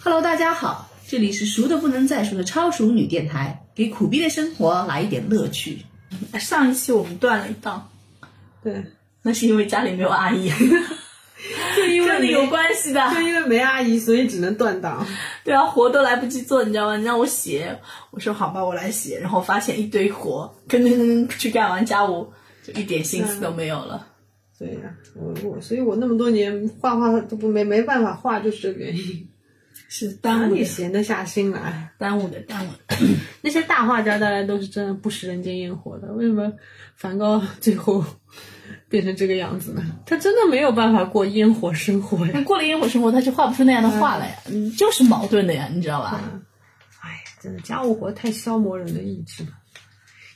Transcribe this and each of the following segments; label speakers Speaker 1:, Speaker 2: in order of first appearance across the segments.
Speaker 1: Hello，大家好，这里是熟的不能再熟的超熟女电台，给苦逼的生活来一点乐趣。
Speaker 2: 上一期我们断了一档，
Speaker 3: 对，
Speaker 2: 那是因为家里没有阿姨，
Speaker 3: 就因
Speaker 2: 真的
Speaker 3: 为
Speaker 2: 有
Speaker 3: 没
Speaker 2: 关系的。
Speaker 3: 就因为没阿姨，所以只能断档。
Speaker 2: 对啊，活都来不及做，你知道吗？你让我写，我说好吧，我来写，然后发现一堆活，跟跟跟去干完家务，就一点心思都没有了。
Speaker 3: 嗯对呀、啊我我，所以我那么多年画画都不没没办法画，就是这个原因，
Speaker 2: 是
Speaker 3: 哪
Speaker 2: 耽误
Speaker 3: 里
Speaker 2: 的，
Speaker 3: 闲得下心来？
Speaker 2: 耽误的，耽误的。
Speaker 3: 那些大画家大家都是真的不食人间烟火的，为什么梵高最后变成这个样子呢？他真的没有办法过烟火生活呀！
Speaker 2: 那过了烟火生活，他就画不出那样的画来呀，嗯，就是矛盾的呀，你知道吧？
Speaker 3: 哎呀，真的家务活太消磨人的意志了。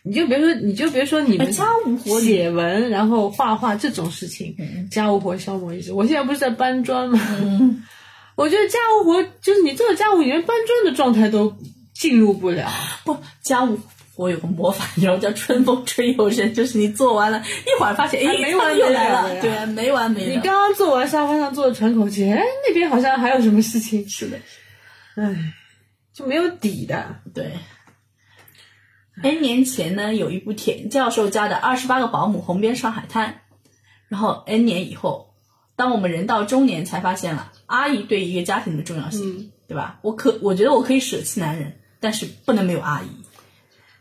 Speaker 3: 你就别说，你就别说你嗯们
Speaker 2: 家务活里
Speaker 3: 写文，然后画画这种事情，家务活消磨意志。我现在不是在搬砖吗？嗯 我觉得家务活就是你做了家务，你连搬砖的状态都进入不了。
Speaker 2: 不，家务活有个魔法，你知道叫春风吹又生，就是你做完了一会儿发现，哎，
Speaker 3: 没
Speaker 2: 他们
Speaker 3: 完
Speaker 2: 又
Speaker 3: 没
Speaker 2: 来
Speaker 3: 了
Speaker 2: 了，
Speaker 3: 呀
Speaker 2: 对啊，没完没
Speaker 3: 你
Speaker 2: 了。
Speaker 3: 刚刚做完沙发上坐的喘口气，哎，那边好像还有什么事情，
Speaker 2: 是的，
Speaker 3: 哎，就没有底的。
Speaker 2: 对。N 年前呢，有一部田教授家的《二十八个保姆红遍上海滩》，然后 N 年以后，当我们人到中年，才发现了阿姨对一个家庭的重要性，对吧？我可我觉得我可以舍弃男人，但是不能没有阿姨。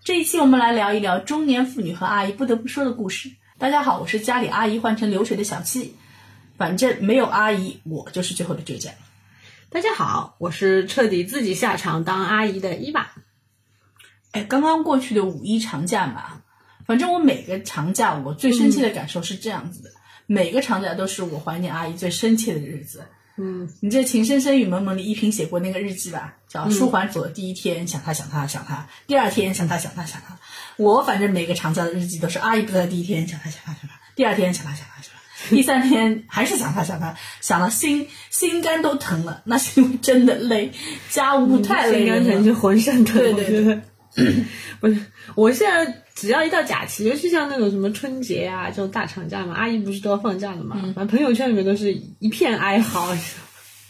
Speaker 2: 这一期我们来聊一聊中年妇女和阿姨不得不说的故事。大家好，我是家里阿姨换成流水的小七，反正没有阿姨，我就是最后的倔强。
Speaker 3: 大家好，我是彻底自己下场当阿姨的伊娃。
Speaker 2: 哎，刚刚过去的五一长假嘛，反正我每个长假，我最深切的感受是这样子的：每个长假都是我怀念阿姨最深切的日子。
Speaker 3: 嗯，
Speaker 2: 你这《情深深雨蒙蒙》里一平写过那个日记吧，叫“舒缓所第一天想他想他想他，第二天想他想他想他”。我反正每个长假的日记都是阿姨不在第一天想他想他想他，第二天想他想他想他，第三天还是想他想他，想到心心肝都疼了，那是因为真的累，家务太累
Speaker 3: 嗯心
Speaker 2: 人
Speaker 3: 甘
Speaker 2: 了
Speaker 3: 情。就浑身疼。
Speaker 2: 对
Speaker 3: 我
Speaker 2: 对
Speaker 3: 觉得 不是，我现在只要一到假期，尤其像那种什么春节啊这种大长假嘛，阿姨不是都要放假的嘛，
Speaker 2: 嗯
Speaker 3: 反正朋友圈里面都是一片哀嚎。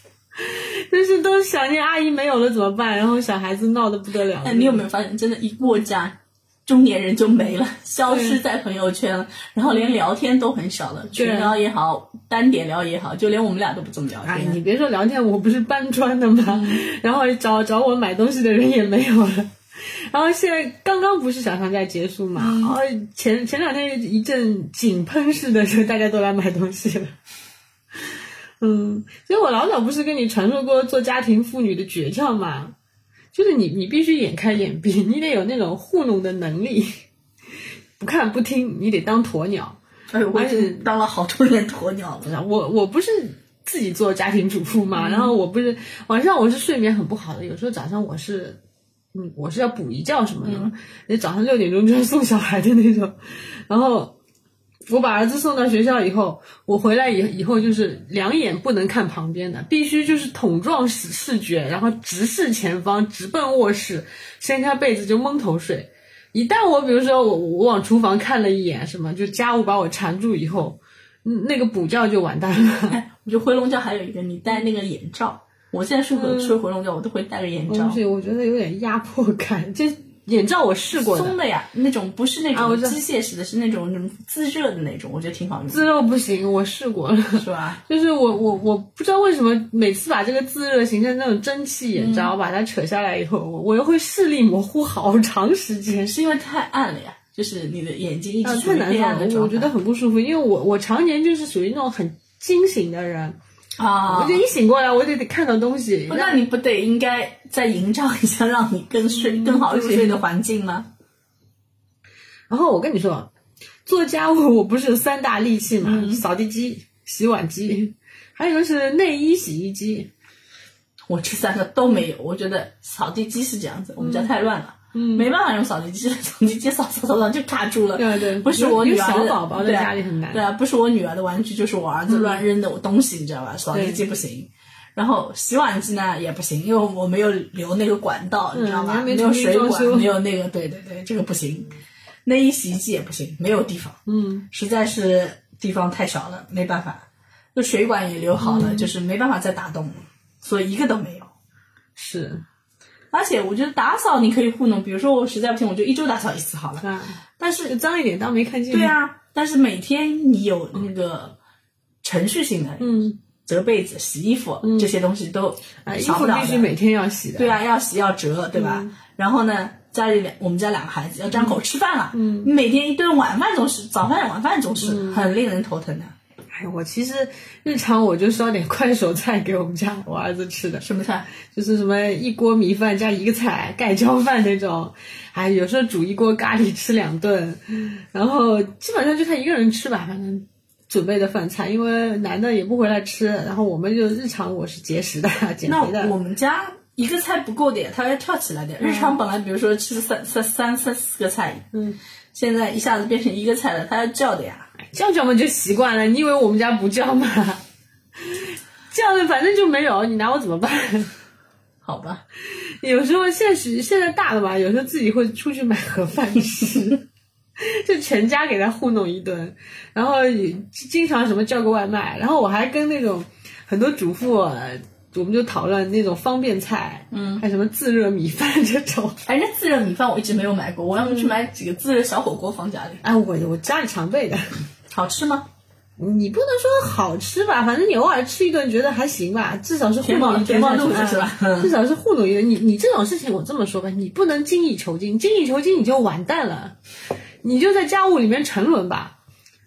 Speaker 3: 就是都想念阿姨没有了怎么办，然后小孩子闹得不得了。
Speaker 2: 哎，你有没有发现，真的，一过假，中年人就没了，消失在朋友圈了，然后连聊天都很少了，群聊也好，单点聊也好，就连我们俩都不怎么聊
Speaker 3: 哎，
Speaker 2: 天。
Speaker 3: 你别说聊天，我不是搬砖的嘛， 然后找找我买东西的人也没有了。 然后现在刚刚不是小长假结束嘛，然后前前两天一阵井喷式的，就大家都来买东西了。 嗯，所以我老早不是跟你传授过做家庭妇女的诀窍嘛，就是你你必须眼开眼闭，你得有那种糊弄的能力， 不看不听，你得当鸵鸟。
Speaker 2: 哎，我
Speaker 3: 而且
Speaker 2: 是当了好多年鸵鸟了。
Speaker 3: 我我不是自己做家庭主妇嘛，然后我不是晚上我是睡眠很不好的，有时候早上我是，嗯，我是要补一觉什么的嘛，那、早上六点钟就要送小孩的那种，然后我把儿子送到学校以后，我回来以以后就是两眼不能看旁边的，必须就是桶状视视觉，然后直视前方，直奔卧室，掀开被子就蒙头睡。一旦我比如说我我往厨房看了一眼，什么就家务把我缠住以后，嗯那个补觉就完蛋 了。
Speaker 2: 哎，我觉得回笼觉还有一个，你戴那个眼罩。我现在睡回睡回笼觉，我都会戴个眼罩
Speaker 3: 东，嗯西我觉得有点压迫感。这眼罩我试过
Speaker 2: 松
Speaker 3: 的，
Speaker 2: 的呀，那种不是那
Speaker 3: 啊我
Speaker 2: 种
Speaker 3: 知道
Speaker 2: 机械式的，是那种什么自热的那种，我觉得挺好用
Speaker 3: 自
Speaker 2: 的，
Speaker 3: 热不行，我试过了。
Speaker 2: 是吧？
Speaker 3: 就是我我我不知道为什么每次把这个自热形成那种蒸汽眼
Speaker 2: 嗯
Speaker 3: 罩，把它扯下来以后，我我又会视力模糊好长时间。
Speaker 2: 是因为太暗了呀，就是你的眼睛一
Speaker 3: 啊，
Speaker 2: 直处
Speaker 3: 太
Speaker 2: 于
Speaker 3: 难
Speaker 2: 黑暗的
Speaker 3: 受了，我
Speaker 2: 状
Speaker 3: 觉得
Speaker 2: 态
Speaker 3: 很不舒服，因为我我常年就是属于那种很惊醒的人，
Speaker 2: 啊
Speaker 3: 我就一醒过来，我就得看到东西。
Speaker 2: 不哦那你不得应该再营造一下让你更睡、嗯更好睡的环境吗？
Speaker 3: 然后我跟你说，做家务我不是有三大利器嘛，
Speaker 2: 嗯
Speaker 3: 扫地机、洗碗机，还有就是内衣洗衣机。
Speaker 2: 我这三个都没有，我觉得扫地机是这样子，我们家太乱了，
Speaker 3: 嗯
Speaker 2: 没办法用扫地机，扫地机扫扫扫扫 就卡住了。
Speaker 3: 对对
Speaker 2: 不是我
Speaker 3: 有
Speaker 2: 女
Speaker 3: 有
Speaker 2: 儿的
Speaker 3: 小宝宝在
Speaker 2: 对
Speaker 3: 家里很难
Speaker 2: 对啊，不是我女儿的玩具，就是我儿子乱扔的我东西，你知道吧？扫地机不行。然后洗碗机呢也不行，因为我没有留那个管道，你知道
Speaker 3: 你
Speaker 2: 吗？
Speaker 3: 还
Speaker 2: 嗯没
Speaker 3: 没
Speaker 2: 有
Speaker 3: 重新
Speaker 2: 水
Speaker 3: 装
Speaker 2: 管，
Speaker 3: 修
Speaker 2: 没有那个，对对对，这个不行。内衣洗衣机也不行，没有地方。
Speaker 3: 嗯，
Speaker 2: 实在是地方太少了，
Speaker 3: 嗯
Speaker 2: 没办法，就水管也留好了，就是没办法再打洞了，所以一个都没有。
Speaker 3: 是，
Speaker 2: 而且我觉得打扫你可以糊弄，比如说我实在不行，我就一周打扫一次好了。
Speaker 3: 啊，
Speaker 2: 但是
Speaker 3: 就脏一点当没看见。
Speaker 2: 对，啊，但是每天你有那个程序性的
Speaker 3: 嗯，
Speaker 2: 折被子、洗衣服、这些东西都
Speaker 3: 啊，衣
Speaker 2: 少不
Speaker 3: 服
Speaker 2: 了的。
Speaker 3: 必须每天嗯要洗的。
Speaker 2: 对，啊，要洗要折，对吧？然后呢，家里两我们家两个孩子要张口吃饭了，嗯，每天一顿晚饭总是早饭晚饭总是、
Speaker 3: 嗯
Speaker 2: 很令人头疼的。
Speaker 3: 哎，我其实日常我就烧点快手菜给我们家我儿子吃的，
Speaker 2: 什么菜？
Speaker 3: 就是什么一锅米饭加一个菜，盖浇饭那种。哎，有时候煮一锅咖喱吃两顿，然后基本上就他一个人吃吧，反正准备的饭菜，因为男的也不回来吃，然后我们就日常我是节食的， 减
Speaker 2: 那
Speaker 3: 肥的。
Speaker 2: 我们家一个菜不够的，他要跳起来的。日常本来比如说吃三三三三四个菜，
Speaker 3: 嗯，
Speaker 2: 现在一下子变成一个菜了，他要叫啊的呀。
Speaker 3: 叫叫嘛就习惯了，你以为我们家不叫吗？ 叫的反正就没有，你拿我怎么办？
Speaker 2: 好吧，
Speaker 3: 有时候现实现在大了吧，有时候自己会出去买盒饭吃， 就全家给他糊弄一顿，然后也经常什么叫个外卖，然后我还跟那种很多主妇、呃我们就讨论那种方便菜，嗯，还有什么自热米饭这种。
Speaker 2: 哎，那自热米饭我一直没有买过，我要不
Speaker 3: 嗯
Speaker 2: 去买几个自热小火锅放家里，
Speaker 3: 哎，我我家里常备的，
Speaker 2: 好吃吗？
Speaker 3: 你不能说好吃吧，反正你偶尔吃一顿觉得还行吧，至少是糊弄一顿
Speaker 2: 填饱填饱
Speaker 3: 下去啊
Speaker 2: 肚子是吧嗯
Speaker 3: 至少是糊弄一顿。你你这种事情，我这么说吧，你不能精益求精，精益求精你就完蛋了，你就在家务里面沉沦吧。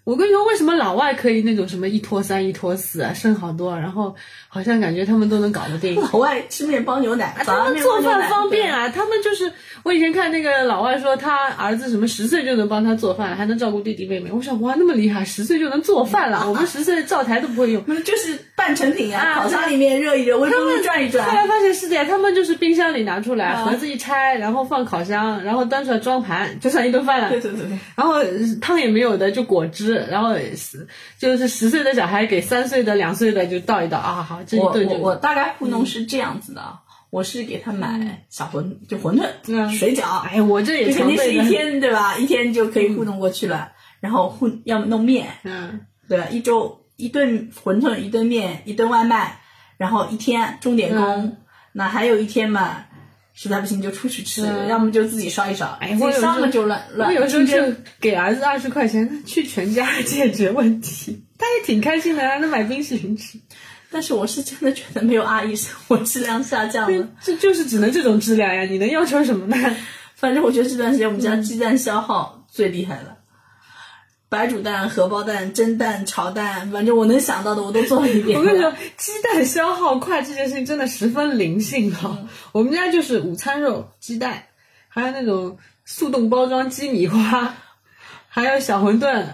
Speaker 3: 我跟你说，为什么老外可以那种什么一拖三、一拖四啊，剩好多，然后好像感觉他们都能搞得定。
Speaker 2: 老外吃面包牛奶，
Speaker 3: 嗯啊他们做饭方便
Speaker 2: 啊。
Speaker 3: 啊，他们就是我以前看那个老外说，他儿子什么十岁就能帮他做饭，还能照顾弟弟妹妹。我想哇，那么厉害，十岁就能做饭啊了，嗯我们十岁灶台都不会 用。
Speaker 2: 那就是半成品
Speaker 3: 啊
Speaker 2: 啊，烤箱里面热一热，微波炉转一
Speaker 3: 后
Speaker 2: 转。
Speaker 3: 来啊发现是这样，他们就是冰箱里拿出来，盒子一拆，然后放烤箱，然后端出来装盘，就算一顿饭了。
Speaker 2: 对对对对，
Speaker 3: 然后汤也没有的就果汁，然后是就是十岁的小孩给三岁的、两岁的就倒一倒啊，好，这一
Speaker 2: 我
Speaker 3: 顿
Speaker 2: 我
Speaker 3: 就
Speaker 2: 我大概糊
Speaker 3: 嗯
Speaker 2: 弄是这样子的啊，我是给他买小馄就馄
Speaker 3: 嗯
Speaker 2: 饨、水饺，
Speaker 3: 哎，我这也
Speaker 2: 这肯
Speaker 3: 常
Speaker 2: 定是
Speaker 3: 备
Speaker 2: 一
Speaker 3: 的。
Speaker 2: 天对 吧？一天就可以糊弄过去了。然后混要么弄面，
Speaker 3: 嗯，
Speaker 2: 对吧？一周一顿馄饨，一顿面，一顿外卖，然后一天钟点
Speaker 3: 嗯
Speaker 2: 工，那还有一天嘛，实在不行就出去吃，
Speaker 3: 嗯
Speaker 2: 要么就自己烧一烧，
Speaker 3: 哎
Speaker 2: 自
Speaker 3: 我有
Speaker 2: 己
Speaker 3: 时候
Speaker 2: 烧嘛就乱
Speaker 3: 我
Speaker 2: 乱。
Speaker 3: 有时候
Speaker 2: 清蒸
Speaker 3: 就给儿子二十块钱，去全家解决问题，他也挺开心的，还能买冰淇淋吃。
Speaker 2: 但是我是真的觉得没有阿姨生活质量下降了。
Speaker 3: 这就是只能这种质量呀，你能要求什么呢？
Speaker 2: 反正我觉得这段时间我们家鸡蛋消耗最厉害了，白煮蛋、荷包蛋、蒸蛋、炒蛋，反正我能想到的我都做了一遍
Speaker 3: 我
Speaker 2: 了。
Speaker 3: 跟你说，鸡蛋消耗快这件事情真的十分灵性啊！我们家就是午餐肉、鸡蛋，还有那种速冻包装鸡米花，还有小馄饨，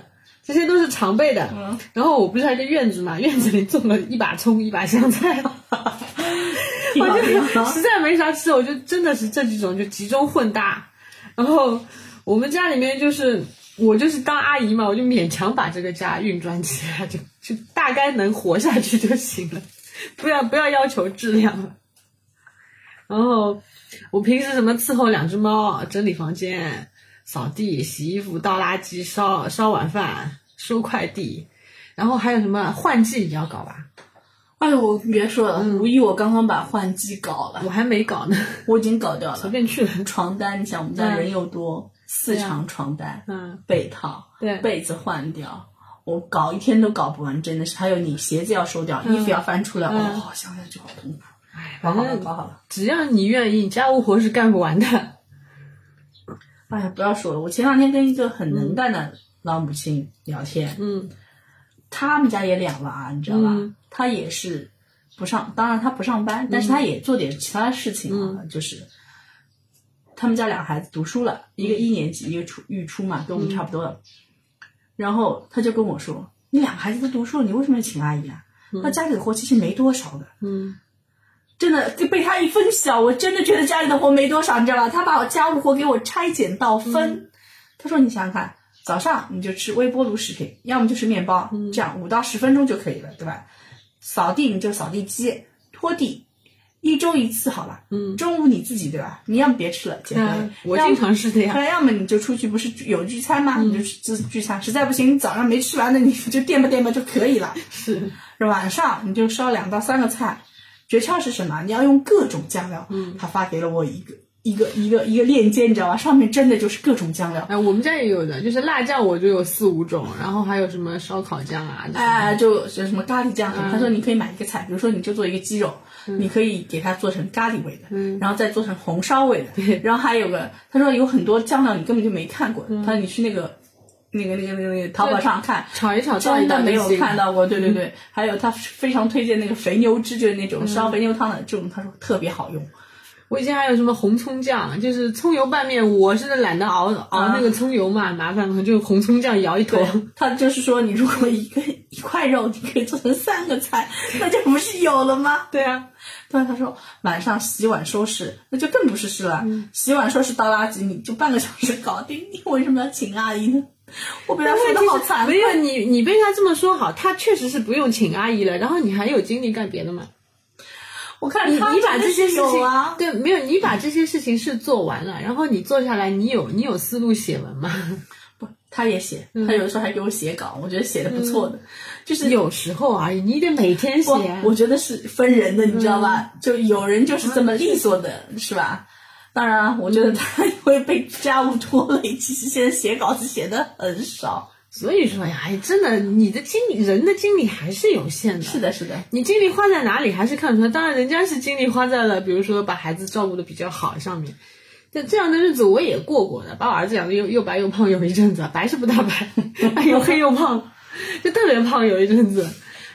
Speaker 3: 这些都是常备的。然后我不是还有一个院子嘛，院子里种了一把葱、一把香菜。啊
Speaker 2: 挺
Speaker 3: 我
Speaker 2: 好挺
Speaker 3: 就
Speaker 2: 好
Speaker 3: 实在没啥吃，我就真的是这几种就集中混搭。然后我们家里面就是我就是当阿姨嘛，我就勉强把这个家运转起来，就就大概能活下去就行了，不要不要要求质量了。然后我平时什么伺候两只猫、整理房间、扫地、洗衣服、倒垃圾、烧烧晚饭、收快递，然后还有什么换季也要搞吧，
Speaker 2: 哎呦，我别说了，
Speaker 3: 嗯
Speaker 2: 五一我刚刚把换季搞了，
Speaker 3: 我还没搞呢，
Speaker 2: 我已经搞掉
Speaker 3: 随
Speaker 2: 了。
Speaker 3: 便啊去了。
Speaker 2: 床单，你想我们家人又多，四张床单，
Speaker 3: 嗯，
Speaker 2: 被套，
Speaker 3: 对
Speaker 2: 被子换掉。我搞一天都搞不完，真的是。还有你鞋子要收掉，衣服要翻出来，
Speaker 3: 嗯哎
Speaker 2: 哦，想想就好痛苦。搞好
Speaker 3: 反
Speaker 2: 了，
Speaker 3: 正
Speaker 2: 搞好了。
Speaker 3: 只要你愿意，家务活是干不完的。
Speaker 2: 哎呀，不要说了，我前两天跟一个很能干的老母亲聊天，
Speaker 3: 嗯
Speaker 2: 他们家也两娃，你知道吧？
Speaker 3: 嗯
Speaker 2: 他也是不上，当然他不上班，但是他也做点其他事情啊，就是他们家两个孩子读书了，一个一年级，一个初预初嘛，跟我们差不多了。然后他就跟我说：“你两个孩子都读书了，你为什么要请阿姨啊？那家里的活其实没多少的。”
Speaker 3: 嗯，
Speaker 2: 真的就被他一分析啊，我真的觉得家里的活没多少，你知道吧？他把我家务活给我拆解到分。
Speaker 3: 嗯
Speaker 2: 他说：“你想想看，早上你就吃微波炉食品，要么就是面包，
Speaker 3: 嗯
Speaker 2: 这样五到十分钟就可以了，对吧？扫地你就扫地机，拖地一周一次好了。
Speaker 3: 嗯
Speaker 2: 中午你自己对吧？你要么别吃了，减肥。
Speaker 3: 嗯我
Speaker 2: 要么
Speaker 3: 经常是这样。嗯
Speaker 2: 那要么你就出去，不是有聚餐吗？你就去自聚餐，实在不行，你早上没吃完的，你就垫吧垫吧就可以了。
Speaker 3: 是，
Speaker 2: 晚上你就烧两到三个菜，诀窍是什么？你要用各种酱料。嗯，他发给了我一个一个一个一个链接，你知道吧？上面真的就是各种酱料。
Speaker 3: 哎，我们家也有的，就是辣酱我就有四五种，然后还有什么烧烤酱啊，就是
Speaker 2: 哎，就就什么咖喱酱什么，他说你可以买一个菜，比如说你就做一个鸡肉，你可以给它做成咖喱味的，然后再做成红烧味的，然后还有个他说有很多酱料你根本就没看过，他说你去那个那个那个那个那个淘宝上看，
Speaker 3: 炒一炒到
Speaker 2: 真
Speaker 3: 一
Speaker 2: 的
Speaker 3: 道
Speaker 2: 没有
Speaker 3: 就行
Speaker 2: 看到过，
Speaker 3: 嗯
Speaker 2: 对对对，还有他非常推荐那个肥牛汁，就是那种烧
Speaker 3: 嗯
Speaker 2: 肥牛汤的这种，他说特别好用。
Speaker 3: 我以前还有什么红葱酱，就是葱油拌面，我是懒得熬熬那个葱油嘛，麻烦嘛，就红葱酱舀一坨
Speaker 2: 啊对。，他就是说你如果一个一块肉，你可以做成三个菜，那就不是有了吗？
Speaker 3: 对啊，
Speaker 2: 但他说晚上洗碗收拾，那就更不是事了。
Speaker 3: 嗯
Speaker 2: 洗碗收拾倒垃圾，你就半个小时搞定，你为什么要请阿姨呢？我被他 说的好惨，啊
Speaker 3: 没有你，你被他这么说好，他确实是不用请阿姨了，然后你还有精力干别的嘛？
Speaker 2: 我看
Speaker 3: 你
Speaker 2: 他
Speaker 3: 你把
Speaker 2: 真的
Speaker 3: 这些
Speaker 2: 是
Speaker 3: 事
Speaker 2: 有
Speaker 3: 情
Speaker 2: 啊，
Speaker 3: 对，没有你把这些事情是做完了，然后你做下来，你有你有思路写文吗？
Speaker 2: 他也写，
Speaker 3: 嗯
Speaker 2: 他有的时候还给我写稿，我觉得写的不错的，就是
Speaker 3: 有时候而已，你得每天写
Speaker 2: 我
Speaker 3: 啊。
Speaker 2: 我觉得是分人的，你知道吧？就有人就是这么利索的，是吧？当然啊，我觉得他因为被家务拖累，其实现在写稿子写的很少。
Speaker 3: 所以说呀，哎，真的，你的精力，人的精力还是有限的。
Speaker 2: 是的，是的，
Speaker 3: 你精力花在哪里还是看出来。当然，人家是精力花在了，比如说把孩子照顾的比较好上面。但这样的日子我也过过的，把我儿子养的又又白又胖有一阵子，白是不大白，又黑又胖，就特别胖有一阵子。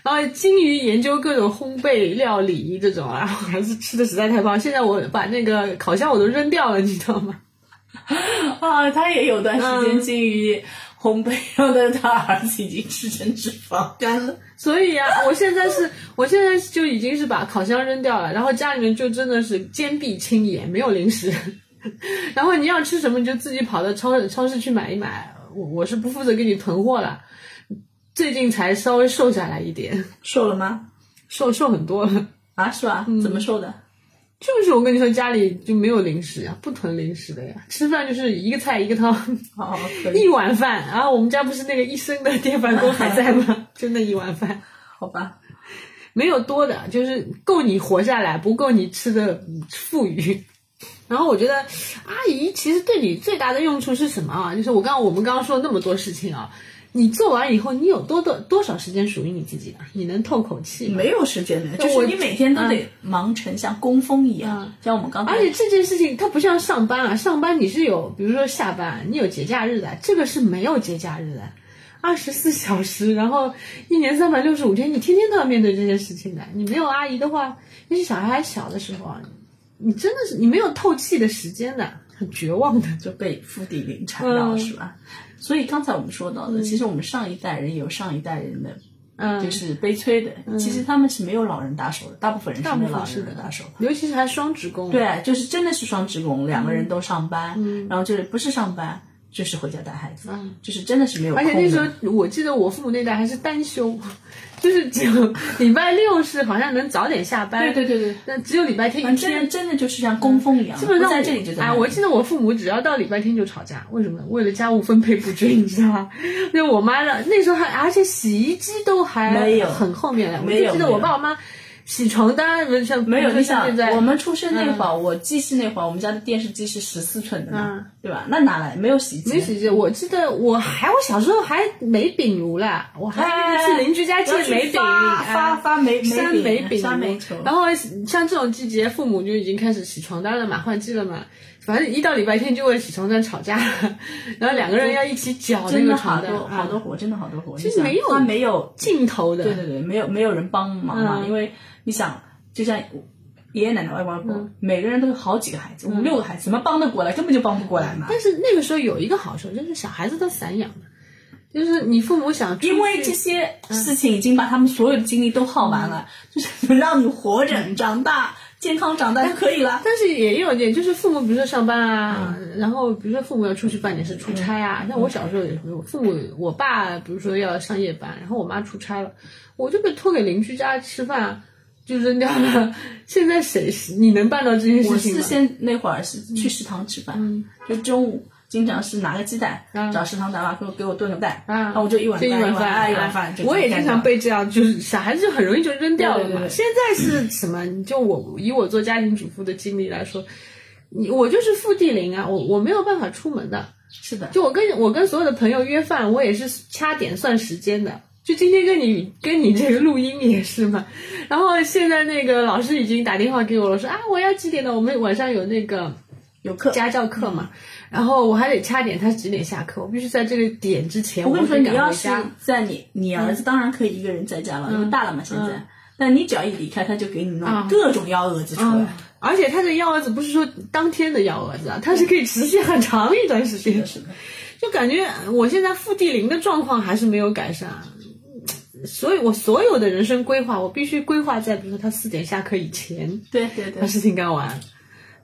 Speaker 3: 然后精于研究各种烘焙料理这种，然后还 是吃的实在太胖。现在我把那个烤箱我都扔掉了，你知道吗？
Speaker 2: 啊，他也有段时间
Speaker 3: 嗯
Speaker 2: 精于烘焙，然后但是他儿子已经吃成脂肪肝了。
Speaker 3: 所以呀、我现在是，我现在就已经是把烤箱扔掉了，然后家里面就真的是坚壁清野，没有零食。 然后你要吃什么，你就自己跑到超市超市去买一买。我我是不负责给你囤货了，最近才稍微瘦下来一点，
Speaker 2: 瘦了吗？
Speaker 3: 瘦瘦很多了。
Speaker 2: 啊，是吧？怎么瘦的？
Speaker 3: 就是我跟你说，家里就没有零食呀、不囤零食的呀。吃饭就是一个菜一个汤，
Speaker 2: 哦，可
Speaker 3: 一
Speaker 2: 以，
Speaker 3: 碗饭。然后我们家不是那个一升的电饭锅还在吗？就那一碗饭。
Speaker 2: 好吧。
Speaker 3: 没有多的，就是够你活下来，不够你吃的富裕。 然后我觉得，阿姨其实对你最大的用处是什么啊？就是我刚刚我们刚刚说了那么多事情啊，你做完以后，你有多多多少时间属于你自己的？你能透口气吗？
Speaker 2: 没有时间的，就
Speaker 3: 我
Speaker 2: 是你每天都得忙成像工蜂一样，
Speaker 3: 嗯
Speaker 2: 像我们刚才
Speaker 3: 而且这件事情它不像上班啊，上班你是有，比如说下班你有节假日的，这个是没有节假日的，二十四小时，然后一年三百六十五天，你天天都要面对这些事情的。你没有阿姨的话，也许小孩还小的时候啊，你真的是你没有透气的时间的，很绝 望的。
Speaker 2: 就被釜底淋缠到，
Speaker 3: 嗯
Speaker 2: 是吧？所以刚才我们说到的，其实我们上一代人有上一代人的，
Speaker 3: 嗯，
Speaker 2: 就是悲催的。其实他们是没有老人搭手的，大部分人是
Speaker 3: 大部
Speaker 2: 没
Speaker 3: 分
Speaker 2: 有老
Speaker 3: 是
Speaker 2: 人
Speaker 3: 的
Speaker 2: 搭手。
Speaker 3: 尤其是还双职工，，
Speaker 2: 对，啊就是真的是双职工，两个人都上班，
Speaker 3: 嗯
Speaker 2: 然后就是不是上班就是回家带孩子，就是真的是没有空
Speaker 3: 而
Speaker 2: 的。
Speaker 3: 且那时候我记得我父母那代还是单休，就是只有 礼拜六是好像能早点下班，
Speaker 2: 对对对对，嗯
Speaker 3: 那只有礼拜天一
Speaker 2: 真
Speaker 3: 天
Speaker 2: 的哎真的就是像工蜂一样，
Speaker 3: 基本上
Speaker 2: 不在
Speaker 3: 我
Speaker 2: 这里就在
Speaker 3: 哎，
Speaker 2: 那里
Speaker 3: 我记得我父母只要到礼拜天就吵架，为什么？为了家务分配不均， 你知道吗？那我妈的那时候还，而且洗衣机都还
Speaker 2: 没有
Speaker 3: 很后面了。我
Speaker 2: 没有
Speaker 3: 就记得
Speaker 2: 没有
Speaker 3: 我爸我妈洗床单，像
Speaker 2: 没有，
Speaker 3: 就
Speaker 2: 你
Speaker 3: 像
Speaker 2: 想
Speaker 3: 现在，
Speaker 2: 我们出生那会儿，我记事那会儿，我们家的电视机是十四寸的嘛，
Speaker 3: 嗯
Speaker 2: 对吧？那哪来没有洗衣机？
Speaker 3: 没洗衣机。我记得我还我小时候还没饼炉啦，我还去邻居家借梅饼，
Speaker 2: 哎发发
Speaker 3: 哎
Speaker 2: 发梅
Speaker 3: 山梅饼，
Speaker 2: 山梅球。
Speaker 3: 然后像这种季节，父母就已经开始洗床单了嘛，换季了嘛。反正一到礼拜天就为了洗床单吵架，然后两个人要一起搅那
Speaker 2: 真
Speaker 3: 个
Speaker 2: 的好
Speaker 3: 床单，
Speaker 2: 多好多
Speaker 3: 啊
Speaker 2: 活，真的好多活。
Speaker 3: 其实
Speaker 2: 你想
Speaker 3: 没有
Speaker 2: 他没有，
Speaker 3: 尽头的。
Speaker 2: 对对对，没有没有人帮忙嘛，
Speaker 3: 嗯
Speaker 2: 因为你想，就像爷爷奶奶、外公外婆，每个人都有好几个孩子，五六个孩子，怎么帮得过来？根本就帮不过来嘛。
Speaker 3: 嗯但是那个时候有一个好处，就是小孩子都散养的，就是你父母想出
Speaker 2: 因为
Speaker 3: 去
Speaker 2: 这些
Speaker 3: 嗯
Speaker 2: 事情已经把他们所有的精力都耗完了，就是能让你活着、长大、健康长大就可以了。
Speaker 3: 但是也有点，就是父母比如说上班啊，
Speaker 2: 嗯
Speaker 3: 然后比如说父母要出去办点事、出差啊。像我小时候也是，我父母我爸比如说要上夜班，然后我妈出差了，我就被托给邻居家吃饭啊，就扔掉了。现在谁你能办到这件
Speaker 2: 我
Speaker 3: 事情
Speaker 2: 是
Speaker 3: 吗？
Speaker 2: 先那会儿是去食堂吃饭，就中午经常是拿个鸡蛋，
Speaker 3: 嗯
Speaker 2: 找食堂打板给我给我炖个蛋，
Speaker 3: 嗯
Speaker 2: 然后我就一碗
Speaker 3: 就
Speaker 2: 饭
Speaker 3: 一碗
Speaker 2: 饭哎
Speaker 3: 饭，嗯
Speaker 2: 一碗饭，就
Speaker 3: 我也
Speaker 2: 这样
Speaker 3: 经常被这样，就是小孩子就很容易就扔掉了嘛。
Speaker 2: 对对对对
Speaker 3: 现在是什么？你就我以我做家庭主妇的经历来说，你我就是负地零啊，我我没有办法出门的。
Speaker 2: 是的，
Speaker 3: 就我跟我跟所有的朋友约饭，我也是掐点算时间的。就今天跟你跟你这个录音也是嘛，然后现在那个老师已经打电话给我了，说啊我要几点了，我们晚上有那个
Speaker 2: 有课。
Speaker 3: 家教课嘛，然后我还得掐点他几点下课，我必须在这个点之前
Speaker 2: 我跟你说，
Speaker 3: 得
Speaker 2: 你
Speaker 3: 赶
Speaker 2: 要
Speaker 3: 回
Speaker 2: 是
Speaker 3: 家。嗯
Speaker 2: 在你你儿子当然可以一个人在家了，因为大了嘛现在。但你只要一离开，他就给你弄
Speaker 3: 啊
Speaker 2: 各种幺蛾子出
Speaker 3: 嗯
Speaker 2: 来。
Speaker 3: 而且它的幺蛾子不是说当天的幺蛾子
Speaker 2: 嗯
Speaker 3: 啊，它是可以持续很长一段时间。
Speaker 2: 是的，
Speaker 3: 就感觉我现在负地零的状况还是没有改善，所以我所有的人生规划，我必须规划在比如说他四点下课以前，
Speaker 2: 对对对
Speaker 3: 把，事情干完。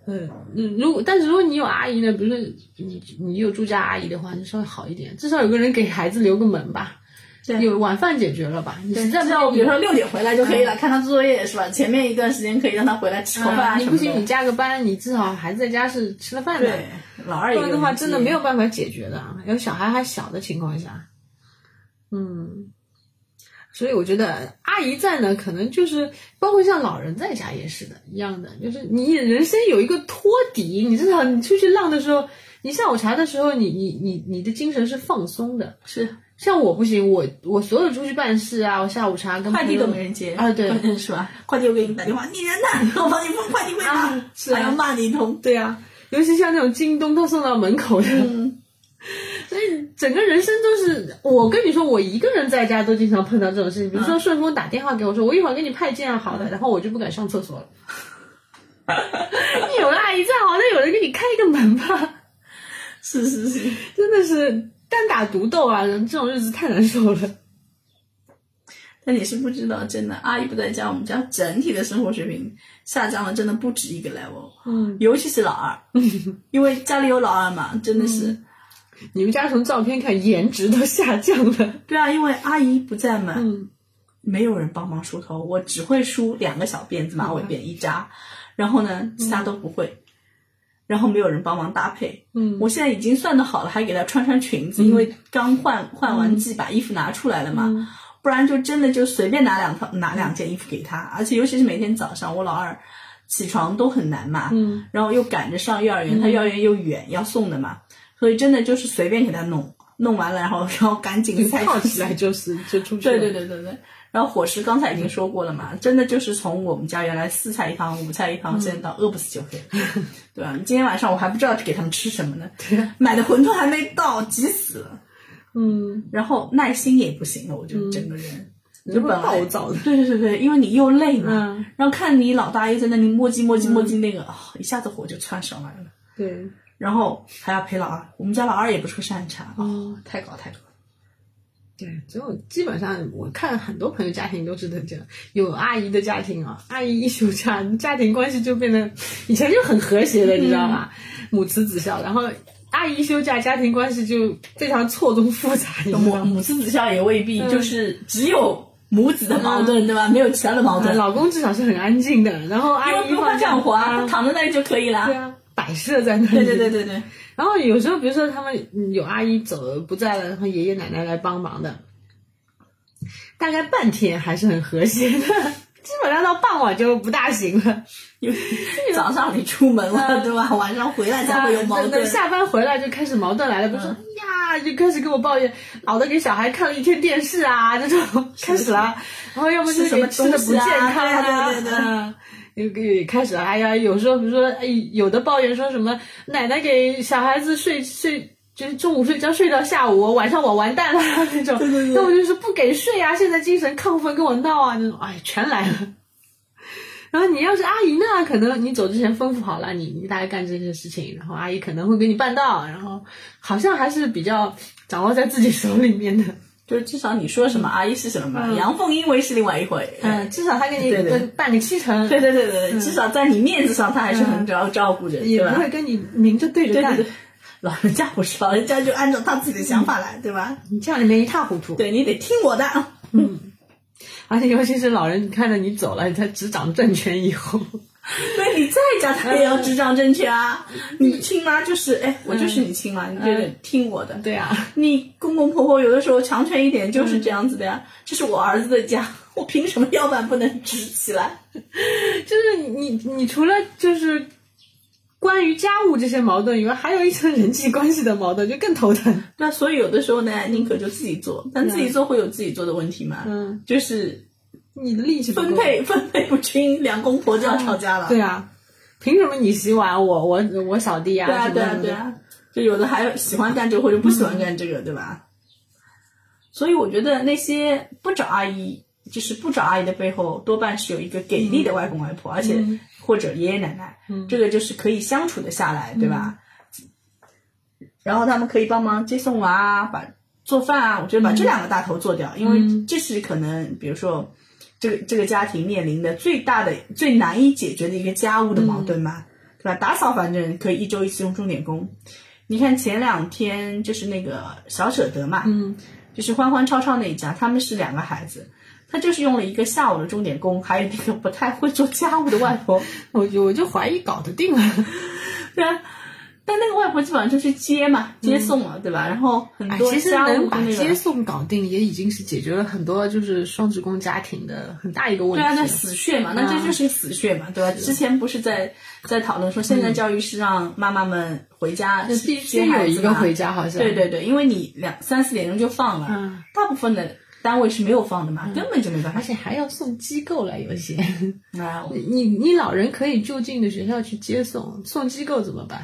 Speaker 3: 嗯，嗯如果但是如果你有阿姨呢，比如说你你有住家阿姨的话，你稍微好一点，至少有个人给孩子留个门吧。
Speaker 2: 对
Speaker 3: 有晚饭解决了吧？你实在
Speaker 2: 知
Speaker 3: 不
Speaker 2: 道，
Speaker 3: 行
Speaker 2: 比如说六点回来就可
Speaker 3: 嗯
Speaker 2: 以了，看他做作业是吧？前面一段时间可以让他回来吃口饭啊
Speaker 3: 你
Speaker 2: 什
Speaker 3: 不
Speaker 2: 么
Speaker 3: 行，你
Speaker 2: 的。
Speaker 3: 加个班，你至少孩子在家是吃了饭的。
Speaker 2: 对，老二一
Speaker 3: 不然
Speaker 2: 个
Speaker 3: 的话，
Speaker 2: 人
Speaker 3: 真的
Speaker 2: 接
Speaker 3: 没有办法解决的。有小孩还小的情况下，嗯，所以我觉得阿姨在呢，可能就是包括像老人在家也是的，一样的，就是你人生有一个托底，你至少你出去浪的时候，你下午茶的时候，你你你你的精神是放松的。
Speaker 2: 是
Speaker 3: 像我不行，我我所有出去办事啊，我下午茶跟
Speaker 2: 快递
Speaker 3: 朋友
Speaker 2: 都没人接
Speaker 3: 啊，对，
Speaker 2: 是吧？快递又给你打电话，你人呢？我 帮你放快递回家
Speaker 3: 啊，是啊
Speaker 2: 还要骂你一通。
Speaker 3: 对啊，尤其像那种京东，他送到门口的，
Speaker 2: 嗯
Speaker 3: 所以整个人生都是，我跟你说，我一个人在家都经常碰到这种事情。比如
Speaker 2: 嗯
Speaker 3: 说顺丰打电话给我说，我一会儿给你派件啊，好的，然后我就不敢上厕所了。 你有了阿姨在，好歹有人给你开一个门吧。
Speaker 2: 是是是，
Speaker 3: 真的是单打独斗啊，这种日子太难受了。
Speaker 2: 但你是不知道，真的，阿姨不在家，我们家整体的生活水平下降了，真的不止一个 level。
Speaker 3: 嗯，
Speaker 2: 尤其是老 二，因为家里有老二嘛，真的是。
Speaker 3: 嗯你们家从照片看，颜值都下降了。
Speaker 2: 对啊，因为阿姨不在嘛，
Speaker 3: 嗯，
Speaker 2: 没有人帮忙梳头，我只会梳两个小辫子，马尾辫
Speaker 3: 嗯
Speaker 2: 一扎，然后呢，其他都不会。然后没有人帮忙搭配，
Speaker 3: 嗯
Speaker 2: 我现在已经算的好了，还给她穿穿裙子，因为刚换换
Speaker 3: 嗯
Speaker 2: 完季，把衣服拿出来了嘛，不然就真的就随便拿两套拿两件衣服给她，而且尤其是每天早上我老二起床都很难嘛，
Speaker 3: 嗯，
Speaker 2: 然后又赶着上幼儿园，他幼儿园又远，要送的嘛，所以真的就是随便给他弄，弄完了然后然后赶紧塞
Speaker 3: 套起来就是嗯就出去了。
Speaker 2: 对对对对对。然后伙食刚才已经说过了嘛，真的就是从我们家原来四菜一汤、五菜一
Speaker 3: 嗯
Speaker 2: 汤，现在到饿不死就黑， 对吧？今天晚上我还不知道给他们吃什么呢，买的馄饨还没到，急死了。
Speaker 3: 嗯，
Speaker 2: 然后耐心也不行了，我就整个人、就本来
Speaker 3: 暴躁的
Speaker 2: 对对对对，因为你又累嘛，
Speaker 3: 嗯
Speaker 2: 然后看你老大爷在那里磨叽磨叽磨叽那个，啊，一下子火就窜上来了。
Speaker 3: 对。
Speaker 2: 然后还要陪老二，我们家老二也不是个善茬，哦，
Speaker 3: 哦，
Speaker 2: 太搞太搞。
Speaker 3: 对，就基本上我看很多朋友家庭都是这样，有阿姨的家庭啊，阿姨一休假，家庭关系就变得以前就很和谐的，你知道吧？
Speaker 2: 嗯
Speaker 3: 母慈子孝，然后阿姨一休假，家庭关系就非常错综复杂，你知
Speaker 2: 母
Speaker 3: 道吗？
Speaker 2: 母子子孝也未
Speaker 3: 嗯
Speaker 2: 必就是只有母子的矛盾，对吧？没有其他的矛盾。
Speaker 3: 老公至少是很安静的，然后嗯阿
Speaker 2: 因为
Speaker 3: 姨
Speaker 2: 不用他干活啊，他
Speaker 3: 啊，
Speaker 2: 躺在那里就可以
Speaker 3: 对
Speaker 2: 啦。
Speaker 3: 啊，摆设在那里，
Speaker 2: 对对对对对，
Speaker 3: 然后有时候，比如说他们嗯有阿姨走了不在了，然后爷爷奶奶来帮忙的，大概半天还是很和谐的， 基本上到傍晚就不大行了。
Speaker 2: 因为早上你出门了，对吧？晚上回来才会有矛
Speaker 3: 嗯真的
Speaker 2: 盾。嗯
Speaker 3: 下班回来就开始矛盾来了，比如说、哎呀，就开始跟我抱怨，老的给小孩看了一天电视啊，这种开始了，然后要么就是
Speaker 2: 什么
Speaker 3: 给吃的不健康
Speaker 2: 东西啊对对对对
Speaker 3: 嗯又给开始了，哎呀，有时候比如说，哎，有的抱怨说什么奶奶给小孩子睡睡，就是中午睡觉睡到下午，晚上我完蛋了 那种，要么就是不给睡啊，现在精神亢奋跟我闹啊那种，哎，全来了。 然后你要是阿姨呢，可能你走之前吩咐好了，你你大概干这些事情，然后阿姨可能会给你办到，然后好像还是比较掌握在自己手里面的。
Speaker 2: 就是至少你说什么，阿姨是什么嘛。阳奉阴违是另外一回。
Speaker 3: 嗯，至少他给你
Speaker 2: 对对
Speaker 3: 办办个七 成，
Speaker 2: 对对对对，对至少在你面子上，他还是很照照顾着，
Speaker 3: 嗯也
Speaker 2: 对
Speaker 3: 不
Speaker 2: 吧
Speaker 3: 会？跟你明着对着
Speaker 2: 对对
Speaker 3: 干，
Speaker 2: 对，老人家不是，老人家就按照他自己的想法来，对吧？
Speaker 3: 你这样里面一塌糊涂。
Speaker 2: 对你得听我的。
Speaker 3: 而且尤其是老人，你看着你走了，他执掌政权以后，
Speaker 2: 所以你再假，他也要智障正确啊！你亲妈就是，哎，我就是你亲妈，你就得听我的。
Speaker 3: 对啊，
Speaker 2: 你公公婆婆有的时候强权一点就是这样子的呀，这是我儿子的家，我凭什么腰板不能直起来？
Speaker 3: 就是你你除了就是关于家务这些矛盾以外，还有一层人际关系的矛盾，就更头 疼。
Speaker 2: 那所以有的时候呢，宁可就自己做，但自己做会有自己做的问题嘛，
Speaker 3: 嗯，
Speaker 2: 就是
Speaker 3: 你的力气不够
Speaker 2: 分配分配不均，两公婆就要吵架了。
Speaker 3: 对啊，凭什么你洗碗，我我我扫地啊？
Speaker 2: 对啊，
Speaker 3: 什么
Speaker 2: 对
Speaker 3: 什
Speaker 2: 啊，
Speaker 3: 么的
Speaker 2: 对啊，就有的还喜欢干这个，或者不喜欢干这个，对吧？所以我觉得那些不找阿姨，就是不找阿姨的背后，多半是有一个给力
Speaker 3: 嗯
Speaker 2: 的外公外婆，而且或者爷爷奶奶，这个就是可以相处的下来，对吧？然后他们可以帮忙接送娃啊，把做饭啊，我觉得把这两个大头做掉，因为这是可能，比如说。这个这个家庭面临的最大的、最难以解决的一个家务的矛盾嘛，对吧？打扫反正可以一周一次用钟点工。你看前两天就是那个小舍得嘛，
Speaker 3: 嗯，
Speaker 2: 就是欢欢超超那一家，他们是两个孩子，他就是用了一个下午的钟点工，还有那个不太会做家务的外婆，
Speaker 3: 我就我就怀疑搞得定了。
Speaker 2: 对啊。但那个外婆基本上就是接嘛，接送了，对吧？然后很
Speaker 3: 嗯哎，
Speaker 2: 多
Speaker 3: 其实
Speaker 2: 家务
Speaker 3: 能
Speaker 2: 的
Speaker 3: 把
Speaker 2: 那
Speaker 3: 接
Speaker 2: 个，
Speaker 3: 送搞定，也已经是解决了很多就是双职工家庭的很大一嗯个问
Speaker 2: 对
Speaker 3: 题
Speaker 2: 啊，那
Speaker 3: 了。
Speaker 2: 死穴嘛，那这就是死穴嘛，对吧？之前不是在在讨论说，现在教育是让妈妈们回家
Speaker 3: 嗯那必
Speaker 2: 接
Speaker 3: 须有
Speaker 2: 孩
Speaker 3: 一
Speaker 2: 子
Speaker 3: 个
Speaker 2: 嘛，
Speaker 3: 回家，好像
Speaker 2: 对对对，因为你两三四点钟就放了，
Speaker 3: 嗯
Speaker 2: 大部分的单位是没有放的嘛，根本就没办法。
Speaker 3: 而且还要送机构来，有些
Speaker 2: 啊，我
Speaker 3: 你你老人可以就近的学校去接送，送机构怎么办？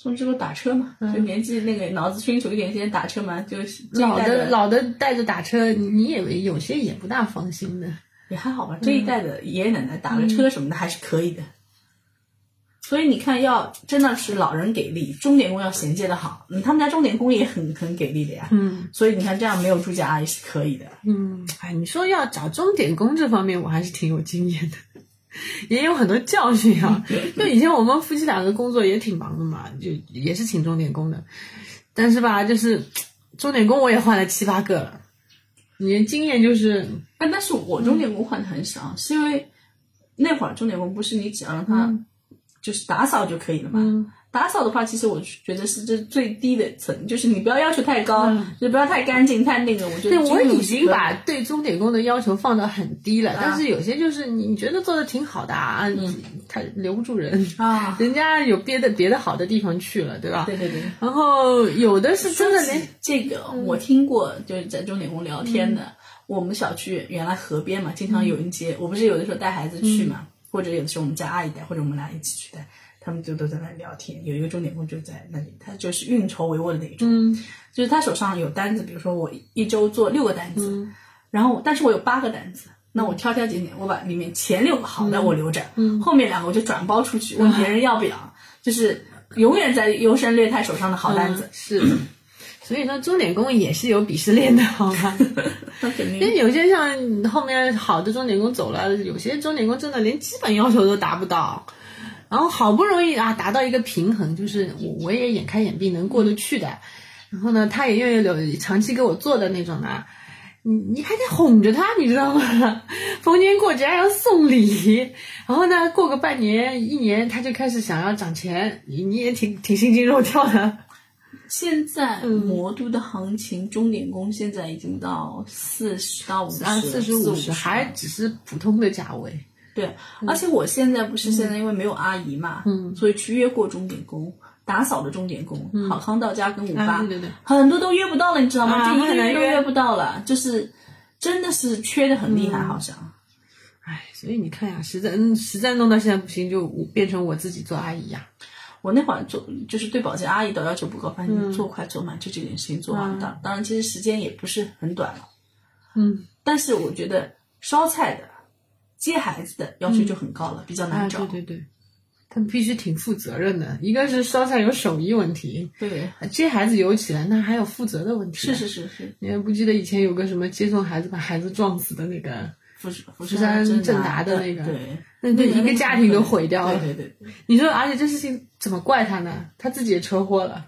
Speaker 2: 送之后打车嘛，
Speaker 3: 嗯
Speaker 2: 就年纪那个脑子清楚一点，现在打车嘛，就是这一
Speaker 3: 老
Speaker 2: 代
Speaker 3: 的老的带着打车，你你也有些也不大放心的。
Speaker 2: 也还好吧，这一代的爷爷奶奶打个车什么的还是可以的。所以你看，要真的是老人给力，钟点工要衔接的好。嗯，他们家钟点工也很很给力的呀。
Speaker 3: 嗯
Speaker 2: 所以你看，这样没有住家阿姨是可以的。
Speaker 3: 嗯，哎，你说要找钟点工这方面，我还是挺有经验的，也有很多教训 啊。就以前我们夫妻两个工作也挺忙的嘛，就也是请钟点工的，但是吧，就是钟点工我也换了七八个了。你的经验就是，
Speaker 2: 哎，但是我钟点工换的很少，是因为那会儿钟点工不是你只要让他就是打扫就可以了嘛。
Speaker 3: 嗯
Speaker 2: 打扫的话，其实我觉得是这最低的层，就是你不要要求太高，就不要太干净、太那个。嗯我觉得
Speaker 3: 对我
Speaker 2: 均匀
Speaker 3: 已
Speaker 2: 是
Speaker 3: 经
Speaker 2: 可以
Speaker 3: 把对钟点工的要求放到很低了，
Speaker 2: 啊
Speaker 3: 但是有些就是你你觉得做的挺好的啊，他留不住人，
Speaker 2: 啊，
Speaker 3: 人家有别的别的好的地方去了，对吧？
Speaker 2: 对对对。
Speaker 3: 然后有的是真的
Speaker 2: 说起
Speaker 3: 连嗯
Speaker 2: 这个，我听过，就是在钟点工聊天的。我们小区原来河边嘛，经常
Speaker 3: 嗯
Speaker 2: 有人接。我不是有的时候带孩子去嘛，或者有的时候我们家阿姨带，或者我们俩一起去带，他们就都在那里聊天。有一个钟点工就在那里，他就是运筹帷幄的那一种。
Speaker 3: 嗯
Speaker 2: 就是他手上有单子，比如说我一周做六个单子，
Speaker 3: 嗯
Speaker 2: 然后但是我有八个单子，那我挑挑拣拣，我把里面前六个好的我留着，
Speaker 3: 嗯
Speaker 2: 后面两个我就转包出去，问别人要不要，就是永远在优胜劣汰手上的好单子
Speaker 3: 嗯。是。所以说，钟点工也是有鄙视链的，好吧？
Speaker 2: 那肯
Speaker 3: 因为有些像后面好的钟点工走了，有些钟点工真的连基本要求都达不到，然后好不容易啊达到一个平衡，就是我我也眼开眼闭能过得去的，然后呢，他也愿意留长期给我做的那种的，你你还得哄着他，你知道吗？逢年过节还要送礼，然后呢，过个半年一年，他就开始想要涨钱，你你也挺挺心惊肉跳的。
Speaker 2: 现在魔都的行情，钟点工现在已经到四十到五十，嗯
Speaker 3: 啊，四十
Speaker 2: 五
Speaker 3: 五十还只是普通的价位，
Speaker 2: 对，而且我现在不是现在因为没有阿姨嘛，
Speaker 3: 嗯
Speaker 2: 所以去约过钟点工。打扫的钟点工，好康到家跟五八、
Speaker 3: 啊对对对
Speaker 2: 很多都约不到了，你知道吗？
Speaker 3: 啊
Speaker 2: 就一个
Speaker 3: 很难
Speaker 2: 月都
Speaker 3: 约
Speaker 2: 约不到了，就是真的是缺的很厉害，好像。
Speaker 3: 唉，哎所以你看呀、实在嗯实在弄到现在不行，就我变成我自己做阿姨呀、
Speaker 2: 我那会儿做就是对保洁阿姨的要求不高，反正你做快做慢，就这点事情做好。当、当然，其实时间也不是很短了，
Speaker 3: 嗯，
Speaker 2: 但是我觉得烧菜的、接孩子的要求就很高了，比较
Speaker 3: 啊，
Speaker 2: 难找。
Speaker 3: 对对对，他们必须挺负责任的。一个是烧菜有手艺问题，
Speaker 2: 对
Speaker 3: 接孩子尤其了，那还有负责的问题。
Speaker 2: 是是。是是，
Speaker 3: 你还不记得以前有个什么接送孩子把孩子撞死的那个？
Speaker 2: 福福
Speaker 3: 山
Speaker 2: 正
Speaker 3: 正达的那个
Speaker 2: 对，
Speaker 3: 那那一个家庭都毁掉了
Speaker 2: 对对对
Speaker 3: 你说，而且这事情怎么怪他呢？他自己也车祸了，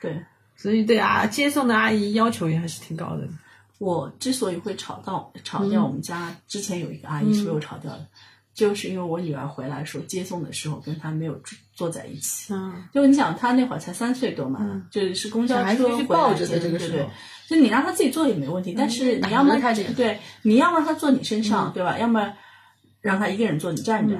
Speaker 2: 对。
Speaker 3: 所以对啊，接送的阿姨要求也还是挺高的。
Speaker 2: 我之所以会炒到炒掉我们家之前有一个阿姨是被我炒掉的，就是因为我女儿回来说接送的时候跟她没有住坐在一起，
Speaker 3: 嗯，
Speaker 2: 就你想，他那会儿才三岁多嘛，
Speaker 3: 嗯
Speaker 2: 就是公交
Speaker 3: 小孩子
Speaker 2: 车
Speaker 3: 必须
Speaker 2: 回来
Speaker 3: 抱着
Speaker 2: 接
Speaker 3: 的这个
Speaker 2: 对
Speaker 3: 时
Speaker 2: 对
Speaker 3: 候。嗯
Speaker 2: 就你让他自己坐也没问题，但是你要
Speaker 3: 挡
Speaker 2: 么
Speaker 3: 着他这样嗯
Speaker 2: 对，你要么让他坐你身上，对吧？要么让他一个人坐，你站着。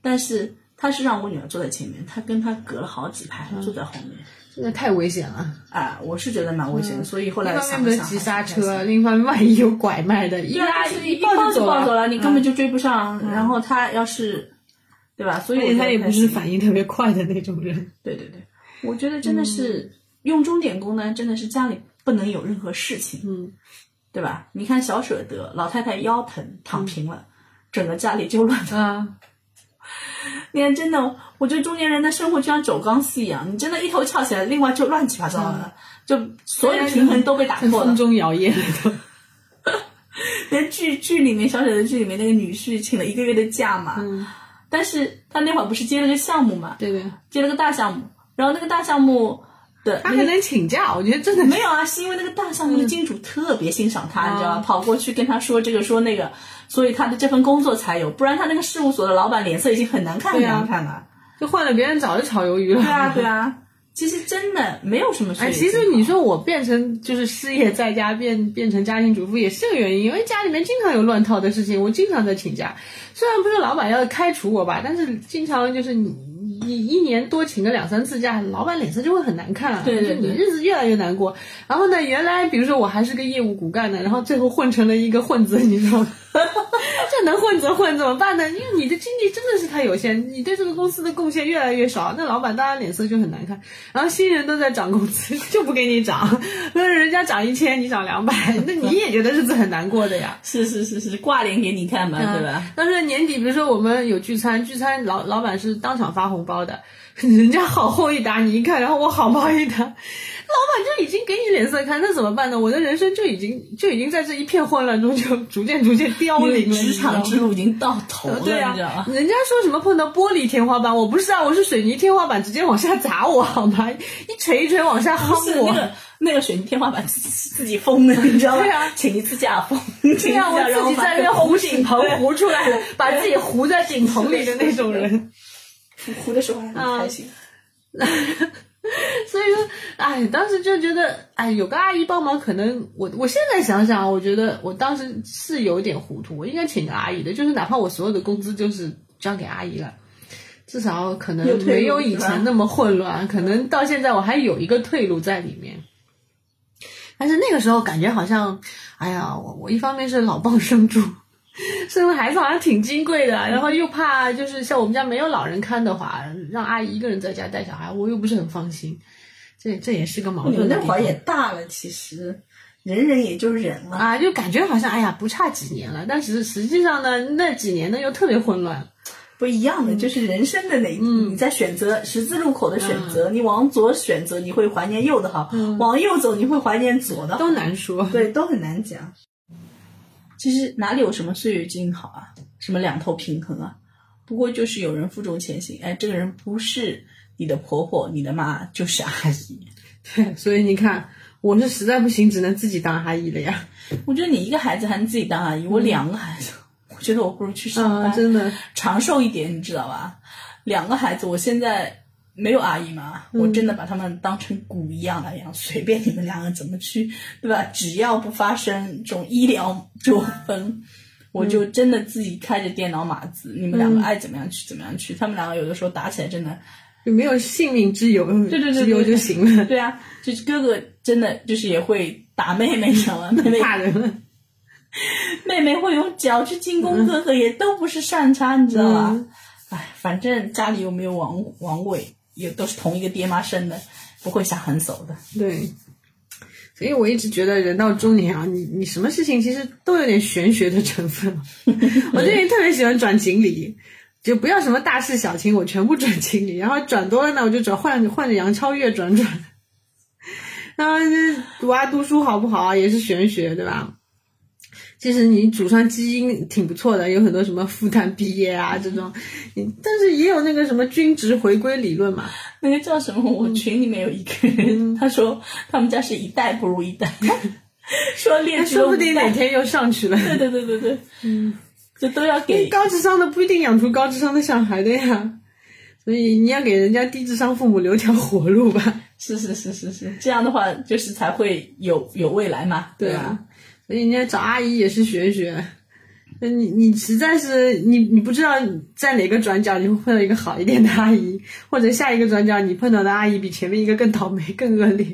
Speaker 2: 但是他是让我女儿坐在前面，他跟他隔了好几
Speaker 3: 嗯
Speaker 2: 排，坐在后面。
Speaker 3: 真的太危险了。
Speaker 2: 啊，我是觉得蛮危险的，所以后
Speaker 3: 嗯一
Speaker 2: 来
Speaker 3: 方面
Speaker 2: 想
Speaker 3: 不
Speaker 2: 了
Speaker 3: 能
Speaker 2: 想，
Speaker 3: 急刹
Speaker 2: 还是不太
Speaker 3: 车，
Speaker 2: 行。
Speaker 3: 另一方面万一有拐卖的，一
Speaker 2: 对啊，
Speaker 3: 拉
Speaker 2: 就是一
Speaker 3: 抱
Speaker 2: 抱就抱
Speaker 3: 走
Speaker 2: 走
Speaker 3: 了。
Speaker 2: 了，
Speaker 3: 嗯
Speaker 2: 你根本就追不上。然后他要是，对吧？所以
Speaker 3: 而
Speaker 2: 我
Speaker 3: 且
Speaker 2: 觉
Speaker 3: 他
Speaker 2: 得
Speaker 3: 也
Speaker 2: 太
Speaker 3: 不是
Speaker 2: 行
Speaker 3: 反应特别快的那种人。
Speaker 2: 对对对，我觉得真的是、
Speaker 3: 嗯
Speaker 2: 用钟点工呢，真的是家里不能有任何事情，
Speaker 3: 嗯，
Speaker 2: 对吧？你看小舍得，老太太腰疼躺
Speaker 3: 嗯
Speaker 2: 平了，整个家里就乱套。
Speaker 3: 啊，
Speaker 2: 你看，真的，我觉得中年人的生活就像走钢丝一样，你真的一头翘起来，另外就乱七八糟了，
Speaker 3: 嗯
Speaker 2: 就所有的平衡都被打
Speaker 3: 在
Speaker 2: 破了
Speaker 3: 风。中摇曳的都。
Speaker 2: 连剧剧里面小舍得剧里面那个女婿请了一个月的假嘛，
Speaker 3: 嗯，
Speaker 2: 但是他那会儿不是接了个项目嘛，
Speaker 3: 对对，
Speaker 2: 接了个大项目，然后那个大项目的
Speaker 3: 他
Speaker 2: 那
Speaker 3: 还
Speaker 2: 个
Speaker 3: 能请假，我觉得真 的
Speaker 2: 没有啊，是因为那个大项目的金主特别欣赏
Speaker 3: 嗯
Speaker 2: 他，你知道吗？跑过去跟他说这个说那个，所以他的这份工作才有，不然他那个事务所的老板脸色已经很难看，很
Speaker 3: 对啊
Speaker 2: 难看了。
Speaker 3: 就换了别人早就炒鱿鱼了。
Speaker 2: 对啊，对啊，其实真的没有什么事。
Speaker 3: 嗯哎，其实你说我变成就是失业在家变变成家庭主妇也是个原因，因为家里面经常有乱套的事情，我经常在请假。虽然不是老板要开除我吧，但是经常就是你你一年多请个两三次假，老板脸色就会很难看啊，
Speaker 2: 对对
Speaker 3: 就是你
Speaker 2: 对
Speaker 3: 日子越来越难过。然后呢，原来比如说我还是个业务骨干呢，然后最后混成了一个混子，你知道吗？ 这能混则混，怎么办呢？因为你的精力真的是太有限，你对这个公司的贡献越来越少，那老板当然脸色就很难看。然后新人都在涨工资，就不给你涨，那人家涨一千，你涨两百，那你也觉得日子很难过的呀。
Speaker 2: 是是是是挂脸给你看嘛，
Speaker 3: 嗯
Speaker 2: 对吧？
Speaker 3: 但是年底，比如说我们有聚餐，聚餐老老板是当场发红包的， 人家好厚一沓，你一看，然后我好包一沓，老 板就已经给你脸色看，那怎么办呢？我的人生就已经就已经在这一片混乱中就逐渐逐渐凋
Speaker 2: 因为
Speaker 3: 零了，
Speaker 2: 职场之
Speaker 3: 之
Speaker 2: 路已经到头了，
Speaker 3: 对啊
Speaker 2: 你知道吗，？
Speaker 3: 人家说什么碰到玻璃天花板，我不是啊，我是水泥天花板，直接往下砸我好吗？ 一锤一锤往下夯
Speaker 2: 不
Speaker 3: 我。
Speaker 2: 是那个那个水泥天花板自己自己封的，你知道吗？
Speaker 3: 对啊
Speaker 2: 请一次假封，
Speaker 3: 这
Speaker 2: 对
Speaker 3: 样我自己在那边糊顶棚糊出 来 了，把自己糊在顶棚里的那种人。
Speaker 2: 糊的时候还很开心。
Speaker 3: 所以说，哎，当时就觉得，哎，有个阿姨帮忙，可能我我现在想想啊，我觉得我当时是有点糊涂，我应该请个阿姨的，就是哪怕我所有的工资就是交给阿姨了。至少可能
Speaker 2: 有退路
Speaker 3: 没有以
Speaker 2: 是吧
Speaker 3: 前那么混乱，可能到现在我还有一个退路在里面。但是那个时候感觉好像，哎呀，我我一方面是老蚌生珠，生了孩子好像挺金贵的，
Speaker 2: 嗯
Speaker 3: 然后又怕就是像我们家没有老人看的话，让阿姨一个人在家带小孩，我又不是很放心，这这也是个矛
Speaker 2: 你们
Speaker 3: 盾的
Speaker 2: 那
Speaker 3: 地
Speaker 2: 会儿
Speaker 3: 方
Speaker 2: 也大了，其实忍忍也就忍了。
Speaker 3: 啊，就感觉好像哎呀不差几年了，但是实际上呢，那几年呢又特别混乱，
Speaker 2: 不一样的，就是人生的那，你在选择十字路口的选择，你往左选择你会怀念右的好，往右走你会怀念左的好，
Speaker 3: 都难说。
Speaker 2: 对，都很难讲。其实哪里有什么岁月静好啊，什么两头平衡啊？不过就是有人负重前行，哎，这个人不是你的婆婆、你的妈，就是阿姨。
Speaker 3: 对，所以你看，我是实在不行，只能自己当阿姨了呀。
Speaker 2: 我觉得你一个孩子还能自己当阿姨，我两个孩子，我觉得我不如去上班，
Speaker 3: 嗯啊，真的，
Speaker 2: 长寿一点，你知道吧？两个孩子，我现在没有阿姨嘛，
Speaker 3: 嗯
Speaker 2: 我真的把他们当成骨一样来养，随便你们两个怎么去，对吧？只要不发生这种医疗纠纷，我就
Speaker 3: 嗯
Speaker 2: 真的自己开着电脑码字，你们两个爱怎么样去怎么样去。他们两个有的时候打起来真的，
Speaker 3: 就没有性命之忧，
Speaker 2: 对对对
Speaker 3: 之忧
Speaker 2: 对
Speaker 3: 就行了，
Speaker 2: 对啊，就是哥哥真的就是也会打妹妹，你知道吗？妹妹
Speaker 3: 怕人了。
Speaker 2: 妹妹会用脚去进攻哥哥，也都不是善茬，你知道吧
Speaker 3: 嗯？
Speaker 2: 哎，反正家里又没有王王位，也都是同一个爹妈生的，不会下狠手的。
Speaker 3: 对，所以我一直觉得人到中年啊，你你什么事情其实都有点玄学的成分。我最近特别喜欢转锦鲤，就不要什么大事小情，我全部转锦鲤，然后转多了呢，我就转换换着杨超越转转。然后就是读啊读书好不好啊，也是玄学对吧？其实你祖传基因挺不错的，有很多什么复旦毕业啊这种，你但是也有那个什么均值回归理论嘛，
Speaker 2: 那个叫什么？我群里面有一个人，
Speaker 3: 嗯
Speaker 2: 他说他们家是一代不如 一代，说练
Speaker 3: 哎
Speaker 2: 出了
Speaker 3: 说不
Speaker 2: 五
Speaker 3: 定哪
Speaker 2: 代。
Speaker 3: 天又上去了。
Speaker 2: 对对对对对，嗯，就都要给
Speaker 3: 高智商的不一定养出高智商的小孩的呀，所以你要给人家低智商父母留条活路吧。
Speaker 2: 是是是是是，这样的话就是才会有有未来嘛，
Speaker 3: 对
Speaker 2: 吧？
Speaker 3: 啊，所以人家找阿姨也是学一学。那你你实在是你你不知道在哪个转角你会碰到一个好一点的阿姨， 或者下一个转角你碰到的阿姨比前面一个更倒霉、 更恶劣。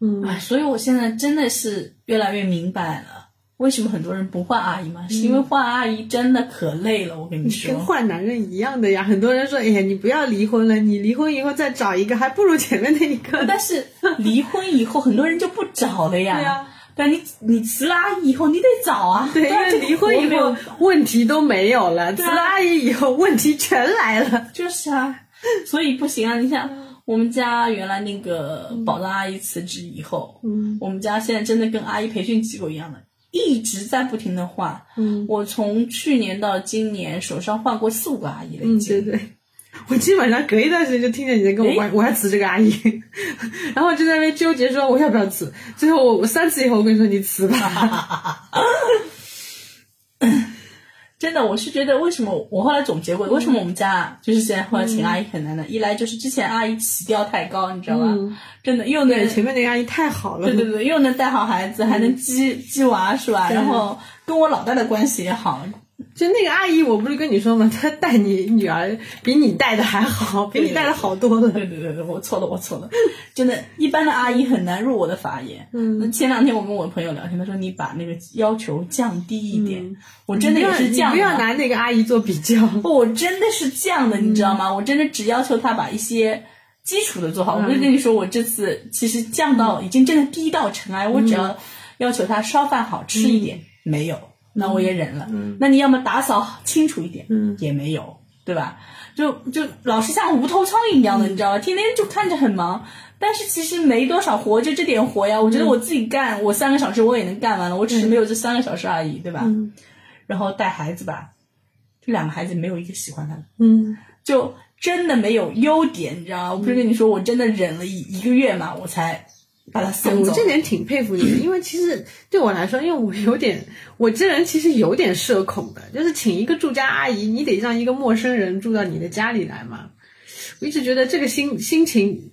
Speaker 3: 嗯
Speaker 2: 哎，所以我现在真的是越来越明白了，为什么很多人不换阿姨
Speaker 3: 嗯
Speaker 2: 嘛，是因为换阿姨真的可累了，我跟你说
Speaker 3: 跟。换男人一样的呀，很多人说，哎呀，你不要离婚了，你离婚以后再找一个，还不如前面那一个。
Speaker 2: 但是离婚以后，很多人就不找了呀。
Speaker 3: 对呀
Speaker 2: 但你你辞了阿姨以后，你得找啊。
Speaker 3: 对，因
Speaker 2: 啊
Speaker 3: 为离婚
Speaker 2: 这
Speaker 3: 以，
Speaker 2: 个活
Speaker 3: 后
Speaker 2: 没有
Speaker 3: 问题都没有了，辞
Speaker 2: 啊
Speaker 3: 了阿姨以后问题全来了。
Speaker 2: 就是啊，所以不行啊。你像
Speaker 3: 嗯
Speaker 2: 我们家原来那个保障阿姨辞职以后，
Speaker 3: 嗯
Speaker 2: 我们家现在真的跟阿姨培训机构一样的，一直在不停的换。
Speaker 3: 嗯
Speaker 2: 我从去年到今年手上换过四五个阿姨了，已
Speaker 3: 嗯，
Speaker 2: 经。
Speaker 3: 对对。我基本上隔一段时间就听见你在跟我玩，我要辞这个阿姨， 然后就在那边纠结说我要不要辞。最后我我三次以后，我跟你说你辞 吧。
Speaker 2: 真的，我是觉得为什么我后来总结
Speaker 3: 嗯
Speaker 2: 过，为什么我们家就是现在换请阿姨很难的，一来就是之前阿姨起调太高，你知道吧？
Speaker 3: 嗯
Speaker 2: 真的又能
Speaker 3: 对，嗯前面那个阿姨太好了。
Speaker 2: 对对对，又能带好孩子，还能鸡鸡娃是吧？然后跟我老大的关系也好，
Speaker 3: 就那个阿姨，我不是跟你说吗？她带你女儿比你带的还好，比你带的好多了。
Speaker 2: 对对对对，我错了，我错了，真的，一般的阿姨很难入我的法眼。
Speaker 3: 嗯
Speaker 2: 那前两天我跟我朋友聊天，他说你把那个要求降低一点，我真的也是
Speaker 3: 嗯你不
Speaker 2: 降的。
Speaker 3: 要你不要拿那个阿姨做比较。
Speaker 2: 不，我真的是这样的，你知道
Speaker 3: 嗯
Speaker 2: 吗？我真的只要求他把一些基础的做好。我不是跟你说，我这次其实降到已经真的低到尘埃，我只
Speaker 3: 嗯
Speaker 2: 要要求他烧饭好吃一点，没有，那我也忍了。嗯那你要么打扫清楚一点，
Speaker 3: 嗯
Speaker 2: 也没有，对吧？就就老是像无头苍蝇一样
Speaker 3: 嗯
Speaker 2: 的，你知道吧？天天就看着很忙。但是其实没多少活，就这点活呀，我
Speaker 3: 嗯
Speaker 2: 觉得我自己干，我三个小时我也能干完了，我只是没有这三个小时而已，对吧？
Speaker 3: 嗯
Speaker 2: 然后带孩子吧，这两个孩子没有一个喜欢他的，
Speaker 3: 嗯
Speaker 2: 就真的没有优点，你知道吗？我不是跟你说，我真的忍了一一个月嘛，我才把他
Speaker 3: 对
Speaker 2: 送
Speaker 3: 哎嗯我
Speaker 2: 走。
Speaker 3: 这点挺佩服你的，因为其实对我来说，因为我有点，我这人其实有点社恐的，就是请一个住家阿姨，你得让一个陌生人住到你的家里来嘛。我一直觉得这个心心情，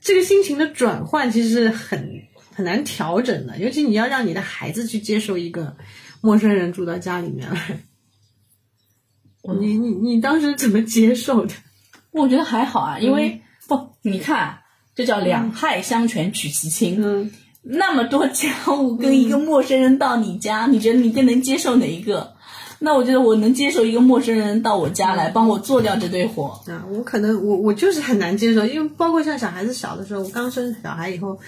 Speaker 3: 这个心情的转换其实是很很难调整的，尤其你要让你的孩子去接受一个陌生人住到家里面来。你你你当时怎么接受的？
Speaker 2: 我觉得还好啊，因为、
Speaker 3: 嗯
Speaker 2: 不，你看啊，这叫两害相权取其轻。
Speaker 3: 嗯，
Speaker 2: 那么多家务跟一个陌生人到你家，你觉得你更能接受哪一个？那我觉得我能接受一个陌生人到我家
Speaker 3: 嗯
Speaker 2: 来帮我做掉这堆活。
Speaker 3: 啊，我可能我我就是很难接受，因为包括像小孩子小的时候，我刚生小孩以后，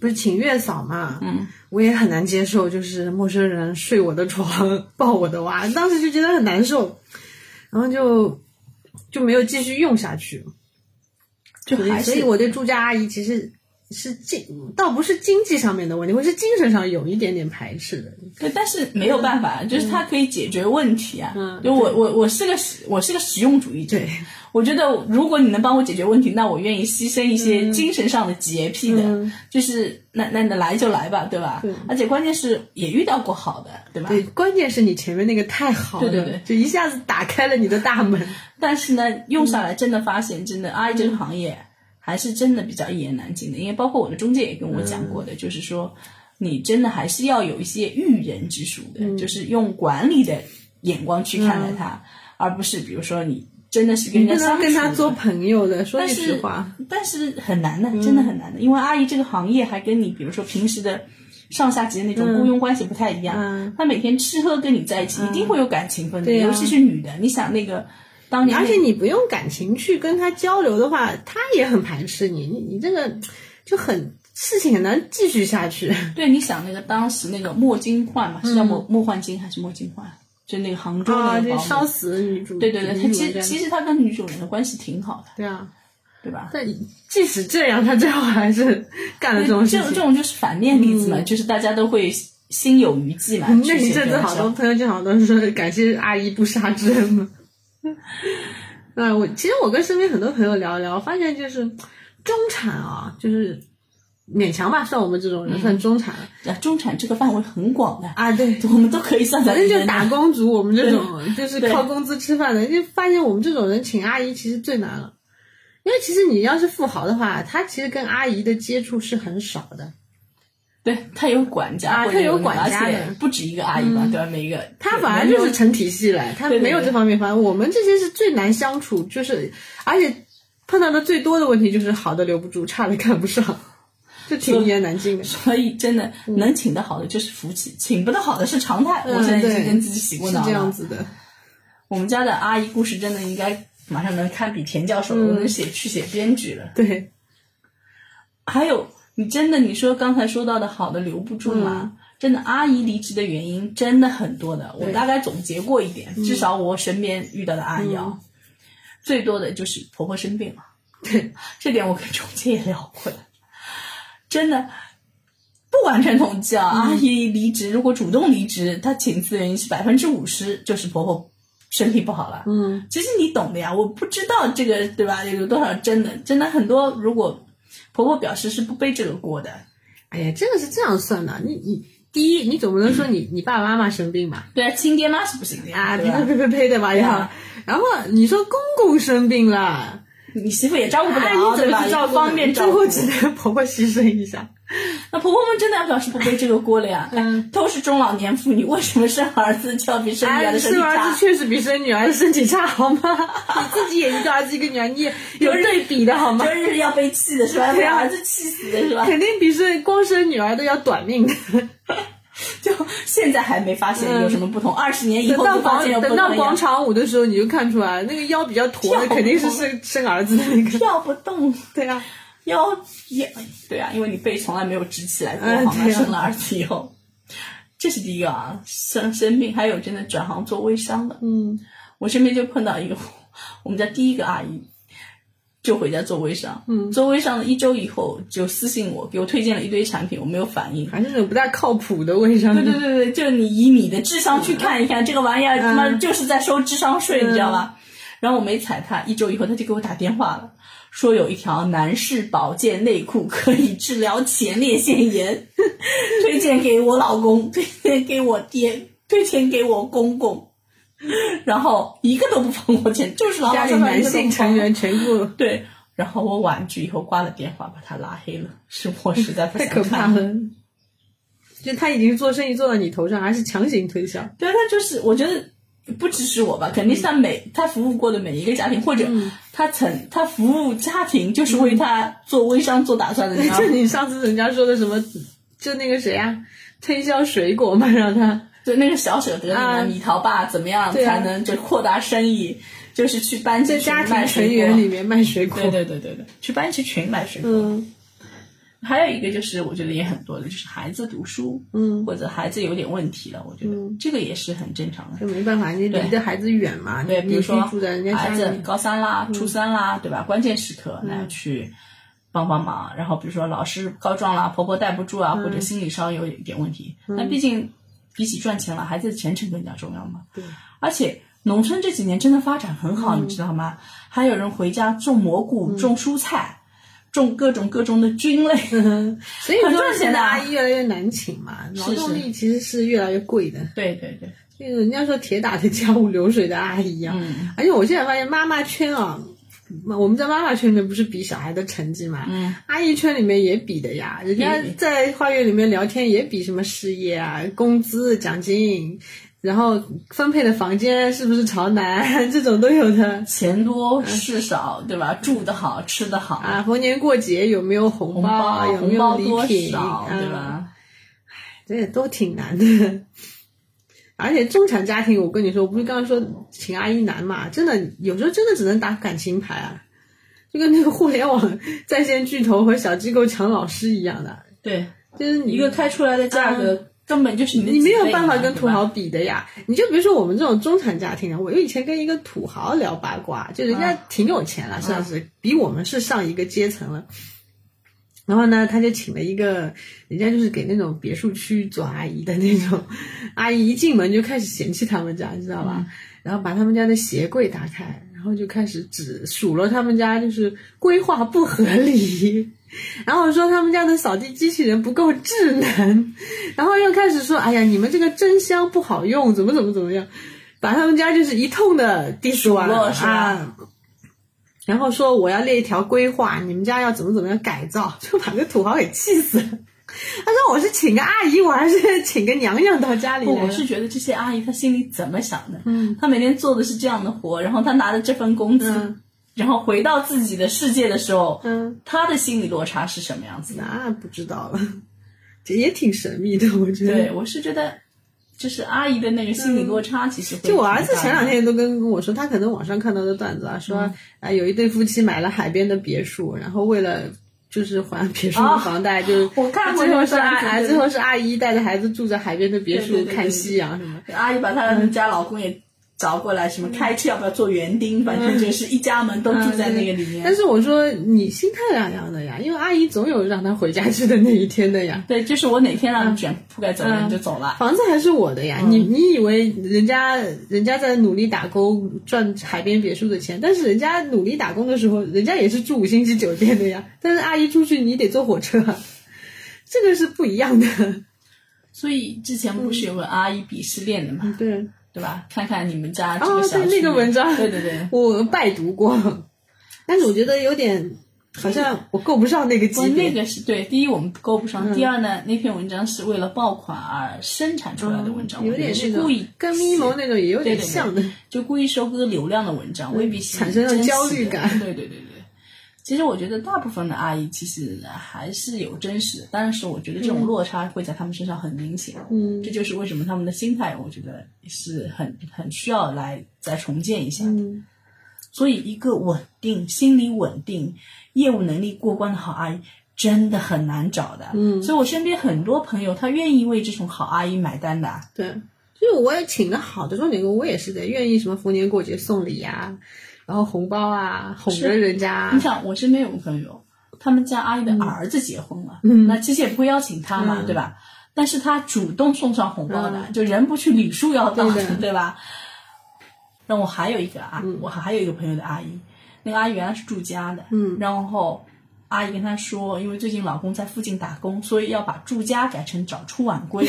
Speaker 3: 不是请月嫂嘛，嗯，我也很难接受，就是陌生人睡我的床， 抱我的娃，当时就觉得很难受，然后就就没有继续用下去。
Speaker 2: 就
Speaker 3: 所以
Speaker 2: 还是
Speaker 3: 所以我对住家阿姨其实是经倒不是经济上面的问题，我是精神上有一点点排斥的。
Speaker 2: 对，但是没有办法，就是它可以解决问题啊。
Speaker 3: 嗯
Speaker 2: 就我我我是个实我是个实用主义者，
Speaker 3: 对，
Speaker 2: 我觉得如果你能帮我解决问题，那我愿意牺牲一些精神上的洁癖的，
Speaker 3: 嗯
Speaker 2: 就是那那你来就来吧，对吧？
Speaker 3: 对
Speaker 2: 而且关键是也遇到过好的，对吧？
Speaker 3: 对，关键是你前面那个太好了，
Speaker 2: 对对对
Speaker 3: 就一下子打开了你的 大门。
Speaker 2: 但是呢，用下来真的发现，真的
Speaker 3: 嗯
Speaker 2: 阿姨这个行业还是真的比较一言难尽的，因为包括我的中介也跟我讲过
Speaker 3: 嗯
Speaker 2: 的，就是说你真的还是要有一些驭人之术的，
Speaker 3: 嗯
Speaker 2: 就是用管理的眼光去看待他，而不是比如说你真的是跟
Speaker 3: 你
Speaker 2: 人
Speaker 3: 不
Speaker 2: 家相
Speaker 3: 能
Speaker 2: 处
Speaker 3: 跟他
Speaker 2: 的
Speaker 3: 做朋友的，说
Speaker 2: 但
Speaker 3: 句实
Speaker 2: 是
Speaker 3: 话。
Speaker 2: 但是很难的，真的很难的，因为阿姨这个行业还跟你，比如说平时的上下级的那种雇佣关系不太一样，
Speaker 3: 嗯
Speaker 2: 她每天吃喝跟你在一起，一定会有感情分的，
Speaker 3: 对呀
Speaker 2: 尤其是女的，你想那个当年那
Speaker 3: 而
Speaker 2: 个，
Speaker 3: 且你不用感情去跟他交流的话，他也很排斥你，你你这个就很事情很难继续 下去。
Speaker 2: 对，你想那个当时那个莫金焕嘛，是叫莫莫焕金还是莫金焕？就那个杭州
Speaker 3: 嗯啊，
Speaker 2: 那
Speaker 3: 这
Speaker 2: 个保
Speaker 3: 个
Speaker 2: 姆。
Speaker 3: 烧死女主，
Speaker 2: 对对对，
Speaker 3: 女
Speaker 2: 他
Speaker 3: 主
Speaker 2: 其
Speaker 3: 这
Speaker 2: 实
Speaker 3: 样
Speaker 2: 其实他跟女主人的关系挺好的，
Speaker 3: 对啊，
Speaker 2: 对吧？
Speaker 3: 但即使这样，他最后还是干了嗯这种事
Speaker 2: 这种这
Speaker 3: 情。
Speaker 2: 种就是反面例子嘛，就是大家都会心有余悸嘛。
Speaker 3: 嗯
Speaker 2: 哎去
Speaker 3: 那一
Speaker 2: 解
Speaker 3: 阵
Speaker 2: 决
Speaker 3: 子
Speaker 2: 的
Speaker 3: 好
Speaker 2: 时候
Speaker 3: 多朋友圈好多人说感谢阿姨不杀之恩嘛。那我其实我跟身边很多朋友聊一聊，我发现就是中产啊，就是勉强吧，算我们这种人、算中产了
Speaker 2: 啊中产这个范围很广的，
Speaker 3: 啊。对，
Speaker 2: 我们都可以算在
Speaker 3: 反
Speaker 2: 里
Speaker 3: 正
Speaker 2: 面
Speaker 3: 就
Speaker 2: 的
Speaker 3: 打工族，我们这种就是
Speaker 2: 对
Speaker 3: 靠工资吃饭的，就发现我们这种人请阿姨其实最难了，因为其实你要是富豪的话，他其实跟阿姨的接触是很少的，
Speaker 2: 对他有管家，
Speaker 3: 啊
Speaker 2: 或者
Speaker 3: 他有
Speaker 2: 有人
Speaker 3: 管
Speaker 2: 而
Speaker 3: 家
Speaker 2: 且
Speaker 3: 的嗯
Speaker 2: 不止一个阿姨吧，对吧？每一个
Speaker 3: 他反而就是成体系了，他
Speaker 2: 对对
Speaker 3: 没有
Speaker 2: 对
Speaker 3: 这方面方面。我们这些是最难相处，就是而且碰到的最多的问题就是好的留不住，差的看不上，就挺一言难尽的。
Speaker 2: 所以真的能请得好的就是福气，请不得好的是常态。我
Speaker 3: 嗯
Speaker 2: 现在已
Speaker 3: 对
Speaker 2: 经跟自己洗过
Speaker 3: 是
Speaker 2: 脑了。
Speaker 3: 这样子的，
Speaker 2: 我们家的阿姨故事真的应该马上能堪比田教授
Speaker 3: 嗯
Speaker 2: 了，我能写去写编剧了。
Speaker 3: 对，
Speaker 2: 还有，你真的你说刚才说到的好的留不住嘛？真的，阿姨离职的原因真的很多的，我
Speaker 3: 嗯对
Speaker 2: 大概总结过一点，至少我身边遇到的阿姨啊，
Speaker 3: 嗯
Speaker 2: 最多的就是婆婆生病了。
Speaker 3: 对，
Speaker 2: 这点我跟钟姐也聊过了，真的。不完全统计啊，
Speaker 3: 嗯
Speaker 2: 阿姨离职，如果主动离职，她请辞的原因是百分之五十就是婆婆身体不好了，
Speaker 3: 嗯，
Speaker 2: 其实你懂的呀，我不知道这个对吧？有多少真的？真的很多，如果婆婆表示是不背这个锅的，
Speaker 3: 哎呀，这个是这样算的，你你第一，你总不能说你你爸爸妈妈生病吧？
Speaker 2: 对啊，亲爹妈是不行的呀，
Speaker 3: 啊，
Speaker 2: 对
Speaker 3: 呸呸
Speaker 2: 吧？
Speaker 3: 呸呸呸的吧要
Speaker 2: 啊，
Speaker 3: 然后你说公公生病了。
Speaker 2: 你媳妇也照顾不了，
Speaker 3: 哎，你怎
Speaker 2: 对
Speaker 3: 么
Speaker 2: 吧？
Speaker 3: 去照
Speaker 2: 也
Speaker 3: 顾
Speaker 2: 不
Speaker 3: 呢？
Speaker 2: 方便
Speaker 3: 最
Speaker 2: 照顾
Speaker 3: 后。只能婆婆牺牲一下。
Speaker 2: 那婆婆们真的要表示不背这个锅了呀。
Speaker 3: 嗯，
Speaker 2: 都是中老年妇女，为什么生儿子就要比生女儿
Speaker 3: 哎，
Speaker 2: 的身体
Speaker 3: 生儿
Speaker 2: 差
Speaker 3: 子？确实比生女儿的身体差，好吗？你自己也一个儿子一个女儿，你也有对比的好吗？
Speaker 2: 真是要被气的是吧？
Speaker 3: 对
Speaker 2: 被
Speaker 3: 啊
Speaker 2: 儿子气死的是吧？
Speaker 3: 肯定比生光生女儿的要短命的。
Speaker 2: 就现在还没发现有什么不同，二十年以
Speaker 3: 嗯等
Speaker 2: 后
Speaker 3: 到
Speaker 2: 就发
Speaker 3: 广
Speaker 2: 现有不
Speaker 3: 等
Speaker 2: 同
Speaker 3: 到
Speaker 2: 了呀
Speaker 3: 广场舞的时候，你就看出来，那个腰比较驼的
Speaker 2: 跳
Speaker 3: 肯定是生生儿子的 那个。
Speaker 2: 跳不动。
Speaker 3: 对啊，
Speaker 2: 腰也对啊，因为你背从来没有直起来过，
Speaker 3: 嗯
Speaker 2: 好吗？
Speaker 3: 对啊
Speaker 2: 生了儿子以后，这是第一个啊，生生病，还有真的转行做微商的，
Speaker 3: 嗯，
Speaker 2: 我身边就碰到一个 我们家第一个阿姨，就回家做微商，
Speaker 3: 嗯
Speaker 2: 做微商的一周以后就私信我，给我推荐了一堆产品，我没有反应。
Speaker 3: 还是那种不大靠谱的微商。
Speaker 2: 对对对对，就你以你的智商去看一看，这个玩意儿他妈
Speaker 3: 嗯
Speaker 2: 就是在收智商税，你知道吧？然后我没睬他，一周以后他就给我打电话了，说有一条男士保健内裤可以治疗前列腺炎，推荐给我老公，推荐给我爹，推荐给我公公，然后一个都不分我钱，就是老
Speaker 3: 家
Speaker 2: 老
Speaker 3: 里
Speaker 2: 实实
Speaker 3: 男性成员全部
Speaker 2: 对。然后我婉拒以后挂了电话，把他拉黑了，是我实在不
Speaker 3: 太
Speaker 2: 想
Speaker 3: 可
Speaker 2: 看
Speaker 3: 怕了。就他已经做生意做到你头上，还是强行推销。
Speaker 2: 对，他就是我觉得不只是我吧，肯定是
Speaker 3: 嗯
Speaker 2: 他每、他服务过的每一个家庭，或者他曾他服务家庭就是
Speaker 3: 嗯
Speaker 2: 为他做微商做打算的，你知道
Speaker 3: 就
Speaker 2: 吗？
Speaker 3: 你上次人家说的什么，就那个谁呀、
Speaker 2: 啊
Speaker 3: 推销水果嘛，让他
Speaker 2: 就那个小舍得，你
Speaker 3: 啊
Speaker 2: 看米桃爸怎么样
Speaker 3: 对啊
Speaker 2: 才能就扩大生意，就是去班级
Speaker 3: 在
Speaker 2: 群
Speaker 3: 家
Speaker 2: 卖
Speaker 3: 庭
Speaker 2: 水
Speaker 3: 成
Speaker 2: 果
Speaker 3: 员里面卖水果。
Speaker 2: 对对对对对，去班级群买水果。
Speaker 3: 嗯
Speaker 2: 还有一个就是我觉得也很多的，就是孩子读书，
Speaker 3: 嗯，
Speaker 2: 或者孩子有点问题了，我觉得、
Speaker 3: 嗯
Speaker 2: 这个也是很正常的。
Speaker 3: 就没办法，你离的孩子远嘛，
Speaker 2: 对，
Speaker 3: 你
Speaker 2: 比如说
Speaker 3: 你嗯住在人家
Speaker 2: 孩
Speaker 3: 家
Speaker 2: 子
Speaker 3: 里，嗯
Speaker 2: 高三啦、初三啦，对吧？关键时刻那要去帮帮忙。然后比如说老师告状啦，婆婆带不住啊，
Speaker 3: 嗯
Speaker 2: 或者心理上有一点问题，那毕竟比起赚钱了，孩子的前程更加重要嘛。
Speaker 3: 对，嗯
Speaker 2: 而且农村这几年真的发展很好，你知道吗？还有人回家种蘑菇、种蔬菜、种各种各种的菌 类。
Speaker 3: 所以说
Speaker 2: 很赚钱
Speaker 3: 现
Speaker 2: 的
Speaker 3: 在
Speaker 2: 啊
Speaker 3: 阿姨越来越难请嘛，劳
Speaker 2: 是
Speaker 3: 动力其实是越来越贵的。
Speaker 2: 对对对，
Speaker 3: 这个人家说铁打的家务流水的阿姨啊，
Speaker 2: 嗯
Speaker 3: 而且我现在发现妈妈圈啊，我们在妈妈圈里面不是比小孩的成绩嘛，
Speaker 2: 嗯，
Speaker 3: 阿姨圈里面也比的呀，人家在花园里面聊天也比什么事业啊、工资、奖金，然后分配的房间是不是朝南， 这种都有的
Speaker 2: 钱多事少，对吧？住得好，吃得好，
Speaker 3: 嗯啊。逢年过节有没有红
Speaker 2: 红包
Speaker 3: 有没
Speaker 2: 红
Speaker 3: 有
Speaker 2: 包
Speaker 3: 礼
Speaker 2: 多
Speaker 3: 品，
Speaker 2: 少，对
Speaker 3: 啊
Speaker 2: 吧？
Speaker 3: 这也都挺难的。而且中产家庭，我跟你说，我不是刚刚说请阿姨难嘛？真的，有时候真的只能打感情牌啊，就跟那个互联网在线巨头和小机构抢老师一样的，
Speaker 2: 对。
Speaker 3: 就是你
Speaker 2: 一个开出来的价格、根本就是你的
Speaker 3: 嗯你
Speaker 2: 几
Speaker 3: 没
Speaker 2: 倍嘛，
Speaker 3: 有办法跟
Speaker 2: 对
Speaker 3: 土
Speaker 2: 吧
Speaker 3: 豪比的呀。你就比如说我们这种中产家庭啊，我以前跟一个土豪聊八卦，就人
Speaker 2: 嗯
Speaker 3: 家挺有钱了，算是比我们是上一个阶层了。然后呢，他就请了一个，人家就是给那种别墅区做阿姨的那种， 阿姨一进门就开始嫌弃他们家，你知道吧？然后把他们家的鞋柜打开，然后就开始指数落他们家就是规划不合理，然后说他们家的扫地机器人不够智能，然后又开始说，哎呀，你们这个真香不好用，怎么怎么怎么样，把他们家就是一通的地数完
Speaker 2: 数落是吧
Speaker 3: 啊。然后说我要列一条规划，你们家要怎么怎么样改造，就把那土豪给气死了。他说我是请个阿姨，我还是请个娘娘到家里
Speaker 2: 不，
Speaker 3: 来。
Speaker 2: 我是觉得这些阿姨她心里怎么想的？
Speaker 3: 嗯，
Speaker 2: 她每天做的是这样的活，然后她拿着这份工资，
Speaker 3: 嗯
Speaker 2: 然后回到自己的世界的时候，
Speaker 3: 嗯，
Speaker 2: 她的心理落差是什么样子的？
Speaker 3: 那不知道了，这也挺神秘的，我觉得。
Speaker 2: 对我是觉得，就是阿姨的那个心理落差其实会
Speaker 3: 嗯就我儿子
Speaker 2: 挺大的
Speaker 3: 前两天也都跟跟我说，他可能网上看到的段子啊，说
Speaker 2: 嗯
Speaker 3: 啊、有一对夫妻买了海边的别墅，然后为了就是还别墅的房贷，就是
Speaker 2: 哦我看过那
Speaker 3: 最后
Speaker 2: 个
Speaker 3: 是阿
Speaker 2: 段子
Speaker 3: 阿
Speaker 2: 对
Speaker 3: 最后是阿姨带着孩子住在海边的别
Speaker 2: 对
Speaker 3: 墅
Speaker 2: 对对对
Speaker 3: 看夕阳什么的。
Speaker 2: 阿姨把她
Speaker 3: 嗯
Speaker 2: 们家老公也找过来，什么开车要不要做园丁，反
Speaker 3: 嗯
Speaker 2: 正就是一家门都住在那个里面。
Speaker 3: 但是我说你心态两样的呀，因为阿姨总有让她回家去的那一天的呀。
Speaker 2: 对，就是我哪天让你卷铺盖走人
Speaker 3: 嗯
Speaker 2: 就走了。
Speaker 3: 房子还是我的呀，你你以为人家人家在努力打工赚海边别墅的钱，但是人家努力打工的时候，人家也是住五星级酒店的呀。但是阿姨出去你得坐火车啊，这个是不一样的。
Speaker 2: 所以之前不
Speaker 3: 嗯
Speaker 2: 是有个阿姨鄙视链的嘛，
Speaker 3: 对，
Speaker 2: 对吧？看看你们家这个
Speaker 3: 嗯哦
Speaker 2: 小区、
Speaker 3: 对那个文章
Speaker 2: 对对对。
Speaker 3: 我拜读过，但是我觉得有点好像我够不上那个
Speaker 2: 我
Speaker 3: 级别。
Speaker 2: 那个是对，第一我们够不上，
Speaker 3: 嗯
Speaker 2: 第二呢，那篇文章是为了爆款而生产出来的文章，
Speaker 3: 嗯有
Speaker 2: 我觉
Speaker 3: 点
Speaker 2: 得
Speaker 3: 那
Speaker 2: 是
Speaker 3: 种
Speaker 2: 故意
Speaker 3: 跟咪蒙那种也有点
Speaker 2: 对对对
Speaker 3: 像的。
Speaker 2: 就故意收割流量的文章，未必 是
Speaker 3: 产生了
Speaker 2: 真实的
Speaker 3: 焦虑感
Speaker 2: 对对对对，其实我觉得大部分的阿姨其实还是有真实的，但是我觉得这种落差会在她们身上很明显。
Speaker 3: 嗯
Speaker 2: 这就是为什么她们的心态，我觉得是很很需要来再重建一下。
Speaker 3: 嗯，
Speaker 2: 所以，一个稳定、心理稳定、业务能力过关的好阿姨。真的很难找的，
Speaker 3: 嗯
Speaker 2: 所以我身边很多朋友，他愿意为这种好阿姨买单的啊，
Speaker 3: 对，就是我也请的好的重点工，我也是的，愿意什么逢年过节送礼啊，然后红包啊，哄着人家啊
Speaker 2: 你。想，我身边有个朋友，他们家阿姨的儿子结婚了，
Speaker 3: 嗯
Speaker 2: 那其实也不会邀请他嘛，
Speaker 3: 嗯
Speaker 2: 对吧？但是他主动送上红包的，
Speaker 3: 嗯
Speaker 2: 就人不去礼数要到
Speaker 3: 对的
Speaker 2: 对吧？那我还有一个阿，
Speaker 3: 嗯
Speaker 2: 我还有一个朋友的阿姨，那个阿姨原来是住家的，
Speaker 3: 嗯
Speaker 2: 然后阿姨跟她说，因为最近老公在附近打工，所以要把住家改成早出晚 归。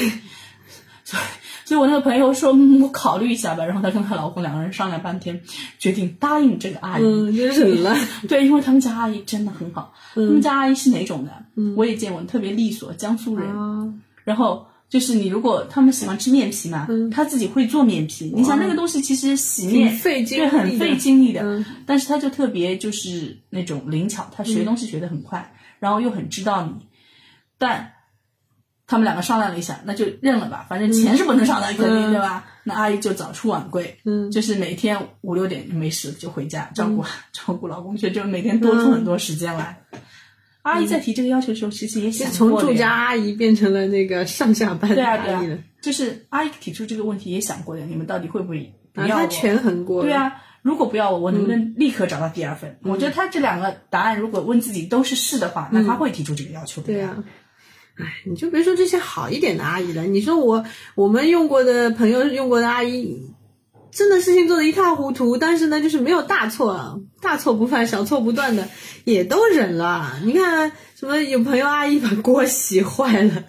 Speaker 2: 所以，所以我那个朋友说，嗯我考虑一下吧。然后她跟她老公两个人商量半天，决定答应这个阿姨。
Speaker 3: 嗯，就忍了。
Speaker 2: 对，因为他们家阿姨真的很好。
Speaker 3: 嗯
Speaker 2: 他们家阿姨是哪种的？我也见过，特别利索，江苏人。
Speaker 3: 啊，
Speaker 2: 然后就是你如果他们喜欢吃面皮嘛，
Speaker 3: 嗯哦
Speaker 2: 他自己会做面皮。你想那个东西其实洗面
Speaker 3: 挺费精
Speaker 2: 对，很
Speaker 3: 力的
Speaker 2: 费精力的。
Speaker 3: 嗯
Speaker 2: 但是他就特别就是那种灵巧，他学东西学得很快，然后又很知道你。但他们两个商量了一下，那就认了吧，反正
Speaker 3: 嗯
Speaker 2: 钱是不能上的，肯定、对吧？那阿姨就早出晚归，
Speaker 3: 嗯
Speaker 2: 就是每天五六点没事就回家照顾、 照顾老公去，就每天多出很多时间来。阿姨在提这个要求的时候，其实也
Speaker 3: 就
Speaker 2: 想
Speaker 3: 嗯从
Speaker 2: 过的
Speaker 3: 住
Speaker 2: 呀
Speaker 3: 家阿姨变成了那个上下班
Speaker 2: 对
Speaker 3: 的
Speaker 2: 啊对
Speaker 3: 阿姨了
Speaker 2: 啊，，就是阿姨提出这个问题也想过的，你们到底会不会不
Speaker 3: 然后
Speaker 2: 要
Speaker 3: 她
Speaker 2: 我？
Speaker 3: 权衡过。
Speaker 2: 对，啊，如果不要我，我能不
Speaker 3: 嗯
Speaker 2: 能立刻找到第二份？我觉得他这两个答案，如果问自己都是是的话，那他会提出这个要求的。
Speaker 3: 嗯对啊。哎，你就别说这些好一点的阿姨了，你说我我们用过的朋友用过的阿姨，真的事情做的一塌糊涂，但是呢，就是没有大错，大错不犯，小错不断的也都忍了。你看什么有朋友阿姨把锅洗坏了，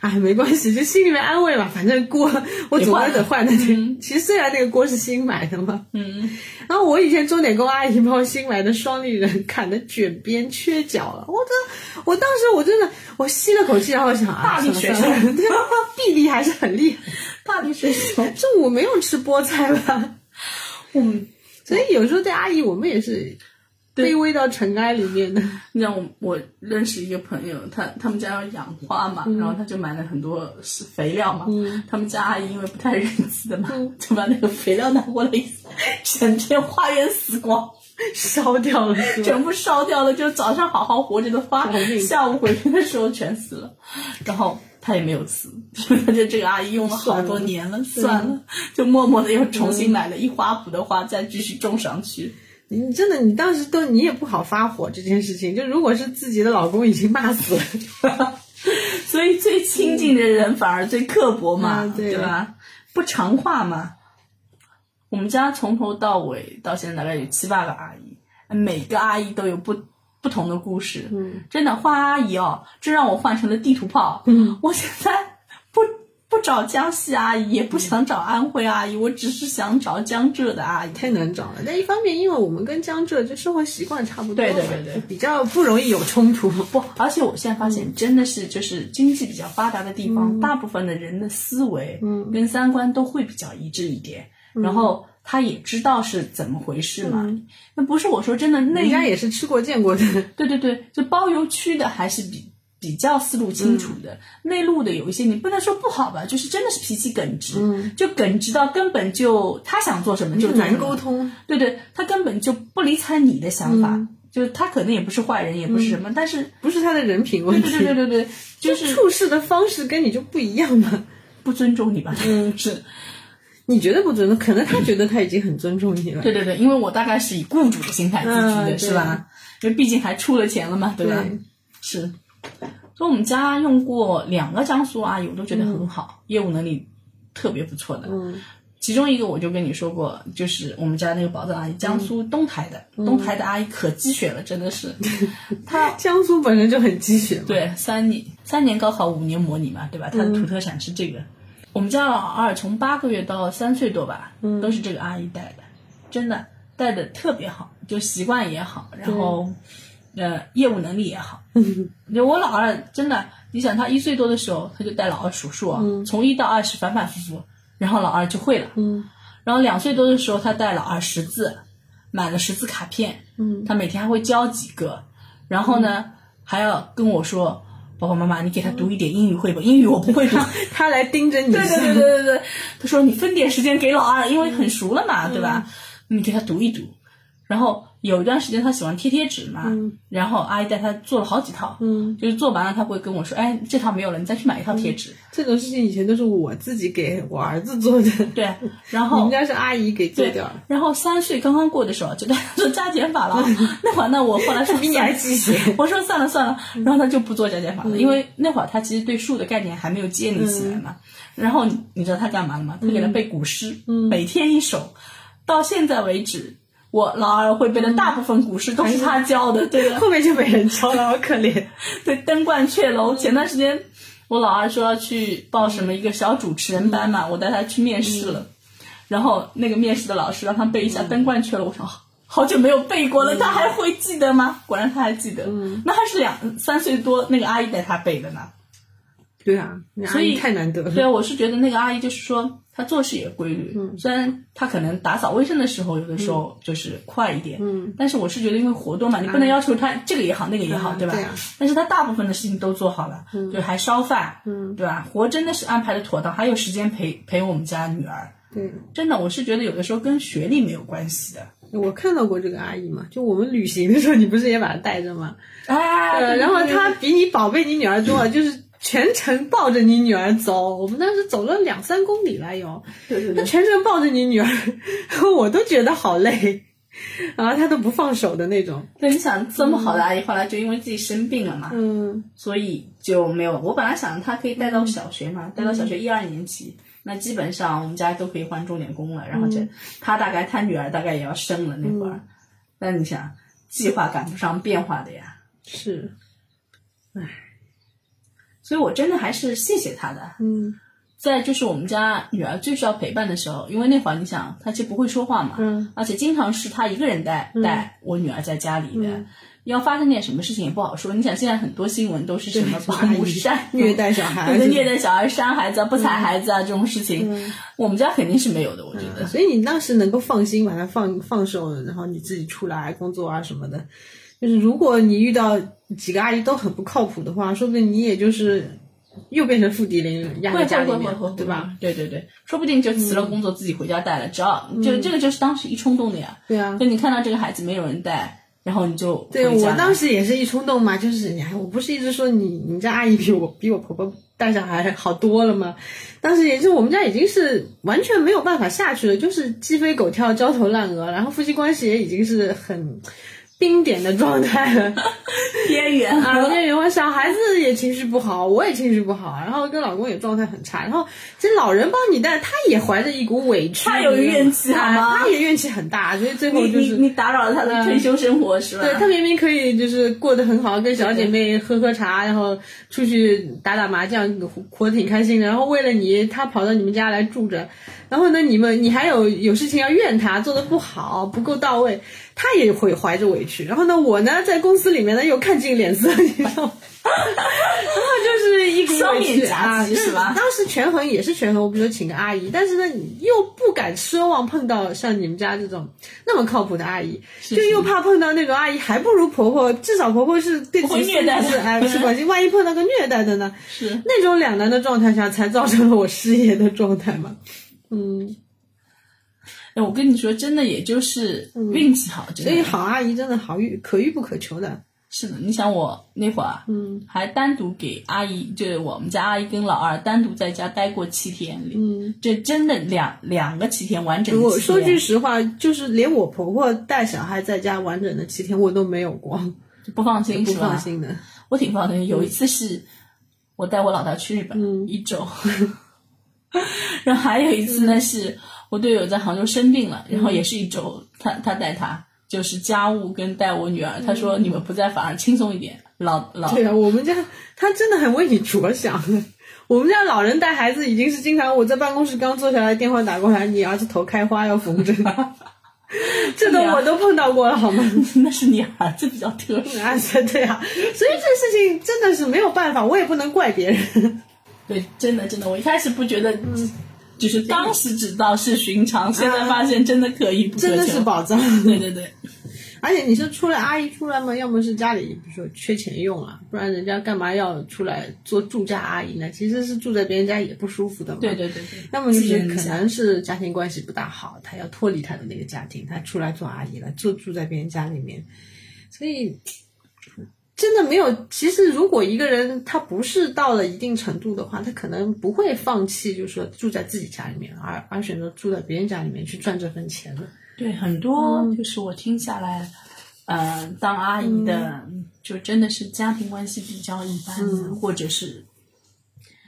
Speaker 3: 哎，没关系，就心里面安慰吧，反正锅我总归得换的。其实虽然那个锅是新买的嘛，
Speaker 2: 嗯，
Speaker 3: 然后我以前钟点工阿姨帮我新买的双立人砍的卷边缺角了，我真，我当时我真的我吸了口气，然后想啊，
Speaker 2: 大力水手
Speaker 3: 算了算了对臂力还是很厉害。
Speaker 2: 大力水手，
Speaker 3: 这我没有吃菠菜 吧？
Speaker 2: 嗯，
Speaker 3: 所以有时候对阿姨，我们也是卑微到尘埃里面的。
Speaker 2: 让我我认识一个朋友，他他们家要养花嘛，然后他就买了很多是肥料嘛。他们家阿姨因为不太认字的嘛， 就把那个肥料拿过来一撒，整片花园死光。
Speaker 3: 烧掉了是吧？
Speaker 2: 全部烧掉了，就早上好好活着的花
Speaker 3: 嗯好命，
Speaker 2: 下午回去的时候全死了。然后他也没有 辞，就这个阿姨用了好多年了，算了，就默默的又重新买了一花圃的花，再继续种上去。
Speaker 3: 你真的，你当时都你也不好发火这件事情。就如果是自己的老公，已经骂死了。
Speaker 2: 所以最亲近的人反而最刻薄嘛，
Speaker 3: 嗯对
Speaker 2: 对吧？不常话嘛。我们家从头到尾到现在大概有七八个阿姨，每个阿姨都有不不同的故事。
Speaker 3: 嗯，
Speaker 2: 真的花阿姨哦，这让我换成了地图炮。
Speaker 3: 嗯，
Speaker 2: 我现在不不找江西阿姨，也不想找安徽阿姨，我只是想找江浙的阿姨。
Speaker 3: 太难找了。但一方面，因为我们跟江浙就生活习惯差不多，
Speaker 2: 对对对对
Speaker 3: 比较不容易有冲突。
Speaker 2: 不，而且我现在发
Speaker 3: 嗯
Speaker 2: 现，真的是就是经济比较发达的地方，大部分的人的思维
Speaker 3: 嗯
Speaker 2: 跟三观都会比较一致一点，然后他也知道是怎么回事嘛。
Speaker 3: 嗯
Speaker 2: 那不是我说真的，那
Speaker 3: 人
Speaker 2: 一
Speaker 3: 家也是吃过见过的，
Speaker 2: 对对对，就包邮区的还是比比较思路清楚的，
Speaker 3: 嗯
Speaker 2: 内陆的有一些你不能说不好吧，就是真的是脾气耿直，
Speaker 3: 嗯
Speaker 2: 就耿直到根本就他想做什么就做什
Speaker 3: 难
Speaker 2: 么
Speaker 3: 沟，通。
Speaker 2: 对对，他根本就不理睬你的想法，
Speaker 3: 嗯
Speaker 2: 就是他可能也不是坏人，也不是什么，但是
Speaker 3: 不是他的人品问
Speaker 2: 对
Speaker 3: 题，
Speaker 2: 对对对对对，就
Speaker 3: 就是处事的方式跟你就不一样嘛。
Speaker 2: 不尊重你吧，嗯是，
Speaker 3: 你觉得不尊重，可能他觉得他已经很尊重你了。
Speaker 2: 对对对，因为我大概是以雇主的心态自居的，
Speaker 3: 嗯
Speaker 2: 是吧？因为毕竟还出了钱了嘛，对吧？
Speaker 3: 对
Speaker 2: 是，所以我们家用过两个江苏阿姨，我都觉得很好，业务能力特别不错的。
Speaker 3: 嗯
Speaker 2: 其中一个我就跟你说过，就是我们家那个保证阿姨，江苏东台的，东台的阿姨可鸡血了，真的是，她
Speaker 3: 江苏本身就很鸡血嘛。
Speaker 2: 对，三年三年高考，五年模拟嘛，对吧？它的
Speaker 3: 嗯
Speaker 2: 土特产是这个。我们家老二从八个月到三岁多吧，
Speaker 3: 嗯
Speaker 2: 都是这个阿姨带的，真的带的特别好，就习惯也好，
Speaker 3: 嗯
Speaker 2: 然后呃业务能力也 好。就我老二真的，你想他一岁多的时候，他就带老二数数啊，
Speaker 3: 嗯
Speaker 2: 从一到二十反反复复，然后老二就会了。
Speaker 3: 嗯
Speaker 2: 然后两岁多的时候，他带老二识字，买了识字卡片，
Speaker 3: 嗯
Speaker 2: 他每天还会教几个，然后呢、还要跟我说，爸爸妈妈，你给他读一点英语绘本，英语我不会读。
Speaker 3: 他来盯着你一
Speaker 2: 对对对
Speaker 3: 下，
Speaker 2: 对对对，他说你分点时间给老二，因为很熟了
Speaker 3: 嗯
Speaker 2: 嘛，对吧？你给他读一读。然后有一段时间他喜欢贴贴纸嘛，
Speaker 3: 嗯
Speaker 2: 然后阿姨带他做了好几套，
Speaker 3: 嗯，
Speaker 2: 就是做完了他会跟我说，哎，这套没有了，你再去买一套贴纸。
Speaker 3: 这种事情以前都是我自己给我儿子做的，
Speaker 2: 对， 然
Speaker 3: 你
Speaker 2: 后
Speaker 3: 们家是阿姨给做
Speaker 2: 对
Speaker 3: 掉了，
Speaker 2: 然后三岁刚刚过的时候，就带他做加减法 了。那会儿呢，我后来说
Speaker 3: 比你还鸡血。
Speaker 2: 我说算了算了，然后他就不做加减法了，因为那会儿他其实对数的概念还没有建立起来嘛。然后你你知道他干嘛了吗？他给他背古诗，每天一首，到现在为止，我老二会背的大部分古诗都是他教的，对的，
Speaker 3: 后面就没人教了，好可 怜。
Speaker 2: 对《登鹳雀楼》。前段时间我老二说要去报什么一个小主持人班嘛，我带他去面试了，然后那个面试的老师让他背一下《登鹳雀楼》，我说。哦好久没有背过了，他还会记得吗？果然他还记得。那他是两三岁多那个阿姨带他背的呢。
Speaker 3: 对啊，你阿
Speaker 2: 所以
Speaker 3: 姨太难得了。
Speaker 2: 对啊，我是觉得那个阿姨就是说，她做事也规律，
Speaker 3: 嗯
Speaker 2: 虽然她可能打扫卫生的时候有的时候就是快一点，
Speaker 3: 嗯
Speaker 2: 但是我是觉得因为活动嘛，你不能要求她这个也好那个也好，
Speaker 3: 啊
Speaker 2: 吧？
Speaker 3: 对啊
Speaker 2: 但是她大部分的事情都做好了，就还烧饭，
Speaker 3: 嗯
Speaker 2: 对吧？活真的是安排的妥当，还有时间陪陪我们家女儿，
Speaker 3: 对，
Speaker 2: 真的，我是觉得有的时候跟学历没有关系的，
Speaker 3: 我看到过这个阿姨嘛，就我们旅行的时候，你不是也把她带着吗？
Speaker 2: 哎，
Speaker 3: 呃，
Speaker 2: 对
Speaker 3: 然后
Speaker 2: 对对
Speaker 3: 她比你宝贝你女儿多，就是全程抱着你女儿走。我们当时走了两三公里了有，
Speaker 2: 对对
Speaker 3: 她
Speaker 2: 对
Speaker 3: 全程抱着你女儿， 我都觉得好累，然后她都不放手的那种。
Speaker 2: 对，你想这么好的阿姨，后来就因为自己生病了嘛，
Speaker 3: 嗯
Speaker 2: 所以就没有。我本来想着他可以带到小学嘛，带到小学一二年级，那基本上我们家都可以换钟点工了。然后这、他大概他女儿大概也要生了那会儿，那你想计划赶不上变化的呀。
Speaker 3: 是，
Speaker 2: 所以我真的还是谢谢他的。
Speaker 3: 嗯
Speaker 2: 在就是我们家女儿最需要陪伴的时候，因为那会儿你想，她其实不会说话嘛，
Speaker 3: 嗯
Speaker 2: 而且经常是她一个人带、带我女儿在家里的。要发生点什么事情也不好说。你想，现在很多新闻都是什么保姆扇啊、
Speaker 3: 虐待 小孩
Speaker 2: 有的
Speaker 3: 子
Speaker 2: 虐待小孩、伤孩子啊、不踩孩子啊、这种事情，
Speaker 3: 嗯
Speaker 2: 我们家肯定是没有的。我觉得，
Speaker 3: 所以你当时能够放心把她放放手，然后你自己出来工作啊什么的。就是如果你遇到几个阿姨都很不靠谱的话，说不定你也就是又变成负敌邻了，压
Speaker 2: 会
Speaker 3: 在家
Speaker 2: 会
Speaker 3: 里
Speaker 2: 会
Speaker 3: 面
Speaker 2: 会会，，
Speaker 3: 对吧？？
Speaker 2: 对嗯对对，说不定就辞了工作，自己回家带了。只要就这个就是当时一冲动的呀。
Speaker 3: 对啊
Speaker 2: 就。你看到这个孩子没有人带，然后你就回
Speaker 3: 对
Speaker 2: 家
Speaker 3: 我
Speaker 2: 了
Speaker 3: 当时也是一冲动嘛，就是哎，我不是一直说你你们家阿姨比我比我婆婆带小孩好多了吗？当时也是我们家已经是完全没有办法下去了，就是鸡飞狗跳、 焦头烂额，然后夫妻关系也已经是很冰点的状态了。
Speaker 2: 边缘
Speaker 3: 啊，
Speaker 2: 啊，
Speaker 3: 边缘化，小孩子也情绪不好，我也情绪不好，然后跟老公也状态很差，然后其实老人帮你带，他也怀着一股委屈，
Speaker 2: 他有怨气好吗
Speaker 3: 啊他也怨气很大，所以最后
Speaker 2: 你
Speaker 3: 就
Speaker 2: 你
Speaker 3: 是
Speaker 2: 你打扰了他的退休生活是吧？
Speaker 3: 对他明明可以就是过得很好，跟小姐妹喝喝茶，然后出去打打麻将，活活得挺开心的。然后为了你，他跑到你们家来住着，然后呢，你们你还有有事情要怨他，做的不好，不够到位，他也会怀着委屈。然后呢，我呢在公司里面呢又看尽脸色， 你知道吗？然后就是一股
Speaker 2: 双
Speaker 3: 委
Speaker 2: 面
Speaker 3: 屈
Speaker 2: 夹
Speaker 3: 啊，
Speaker 2: 击
Speaker 3: 就是
Speaker 2: 吧
Speaker 3: 当时权衡也是权衡，我比如说请个阿姨，但是呢，你又不敢奢望碰到像你们家这种那么靠谱的阿姨，就又
Speaker 2: 嗯
Speaker 3: 怕碰到那种阿姨，还不如婆婆，至少婆婆是对自
Speaker 2: 会
Speaker 3: 己
Speaker 2: 虐待
Speaker 3: 是
Speaker 2: 的
Speaker 3: 哎是关心，万一碰到个虐待的呢？
Speaker 2: 是
Speaker 3: 那种两难的状态下，才造成了我失业的状态嘛。嗯，
Speaker 2: 哎，我跟你说，真的也就是运气好，真
Speaker 3: 所以
Speaker 2: 的
Speaker 3: 好阿姨真的好遇可遇不可求的。
Speaker 2: 是的。你想我那会儿，啊
Speaker 3: 嗯，
Speaker 2: 还单独给阿姨，就是我们家阿姨跟老二单独在家待过七天，
Speaker 3: 嗯，
Speaker 2: 这真的两两个七天完整的七
Speaker 3: 我
Speaker 2: 天。
Speaker 3: 说句实话，就是连我婆婆带小孩在家完整的七天，我都没有过，
Speaker 2: 不放心
Speaker 3: 不
Speaker 2: 是吧？
Speaker 3: 放心嗯的。
Speaker 2: 我挺放心。有一次是我带我老大去日本、
Speaker 3: 嗯
Speaker 2: 一周， 然后还有一次呢
Speaker 3: 嗯
Speaker 2: 是我队友在杭州生病了，然后也是一周，他他带他就是家务跟带我女儿，他说你们不在反而轻松一点。老老
Speaker 3: 嗯 对啊，我们家他真的很为你着想。我们家老人带孩子已经是经常，我在办公室刚坐下来，电话打过来，你儿子头开花要缝针， 这都我都碰到过了，好吗？
Speaker 2: 那是你儿子比较特殊，
Speaker 3: 啊，对啊，所以这个事情真的是没有办法，我也不能怪别人。
Speaker 2: 对，真的真的，我一开始不觉得，就是当时只道是寻常，现在发现真的可以不可
Speaker 3: 真的
Speaker 2: 求
Speaker 3: 是宝藏
Speaker 2: 对对对，
Speaker 3: 而且你说出来阿姨出来嘛，要么是家里比如说缺钱用啊，不然人家干嘛要出来做住家阿姨呢？其实是住在别人家也不舒服的嘛。
Speaker 2: 对对对对，
Speaker 3: 要么就是可
Speaker 2: 自然
Speaker 3: 能是家庭关系不大好，她要脱离她的那个家庭，她出来做阿姨了，就住在别人家里面，所以真的没有。其实如果一个人他不是到了一定程度的话，他可能不会放弃，就是说住在自己家里面，而而选择住在别人家里面去赚这份钱的。
Speaker 2: 对，很多就是我听下来，呃，当阿姨的、就真的是家庭关系比较一般，或者是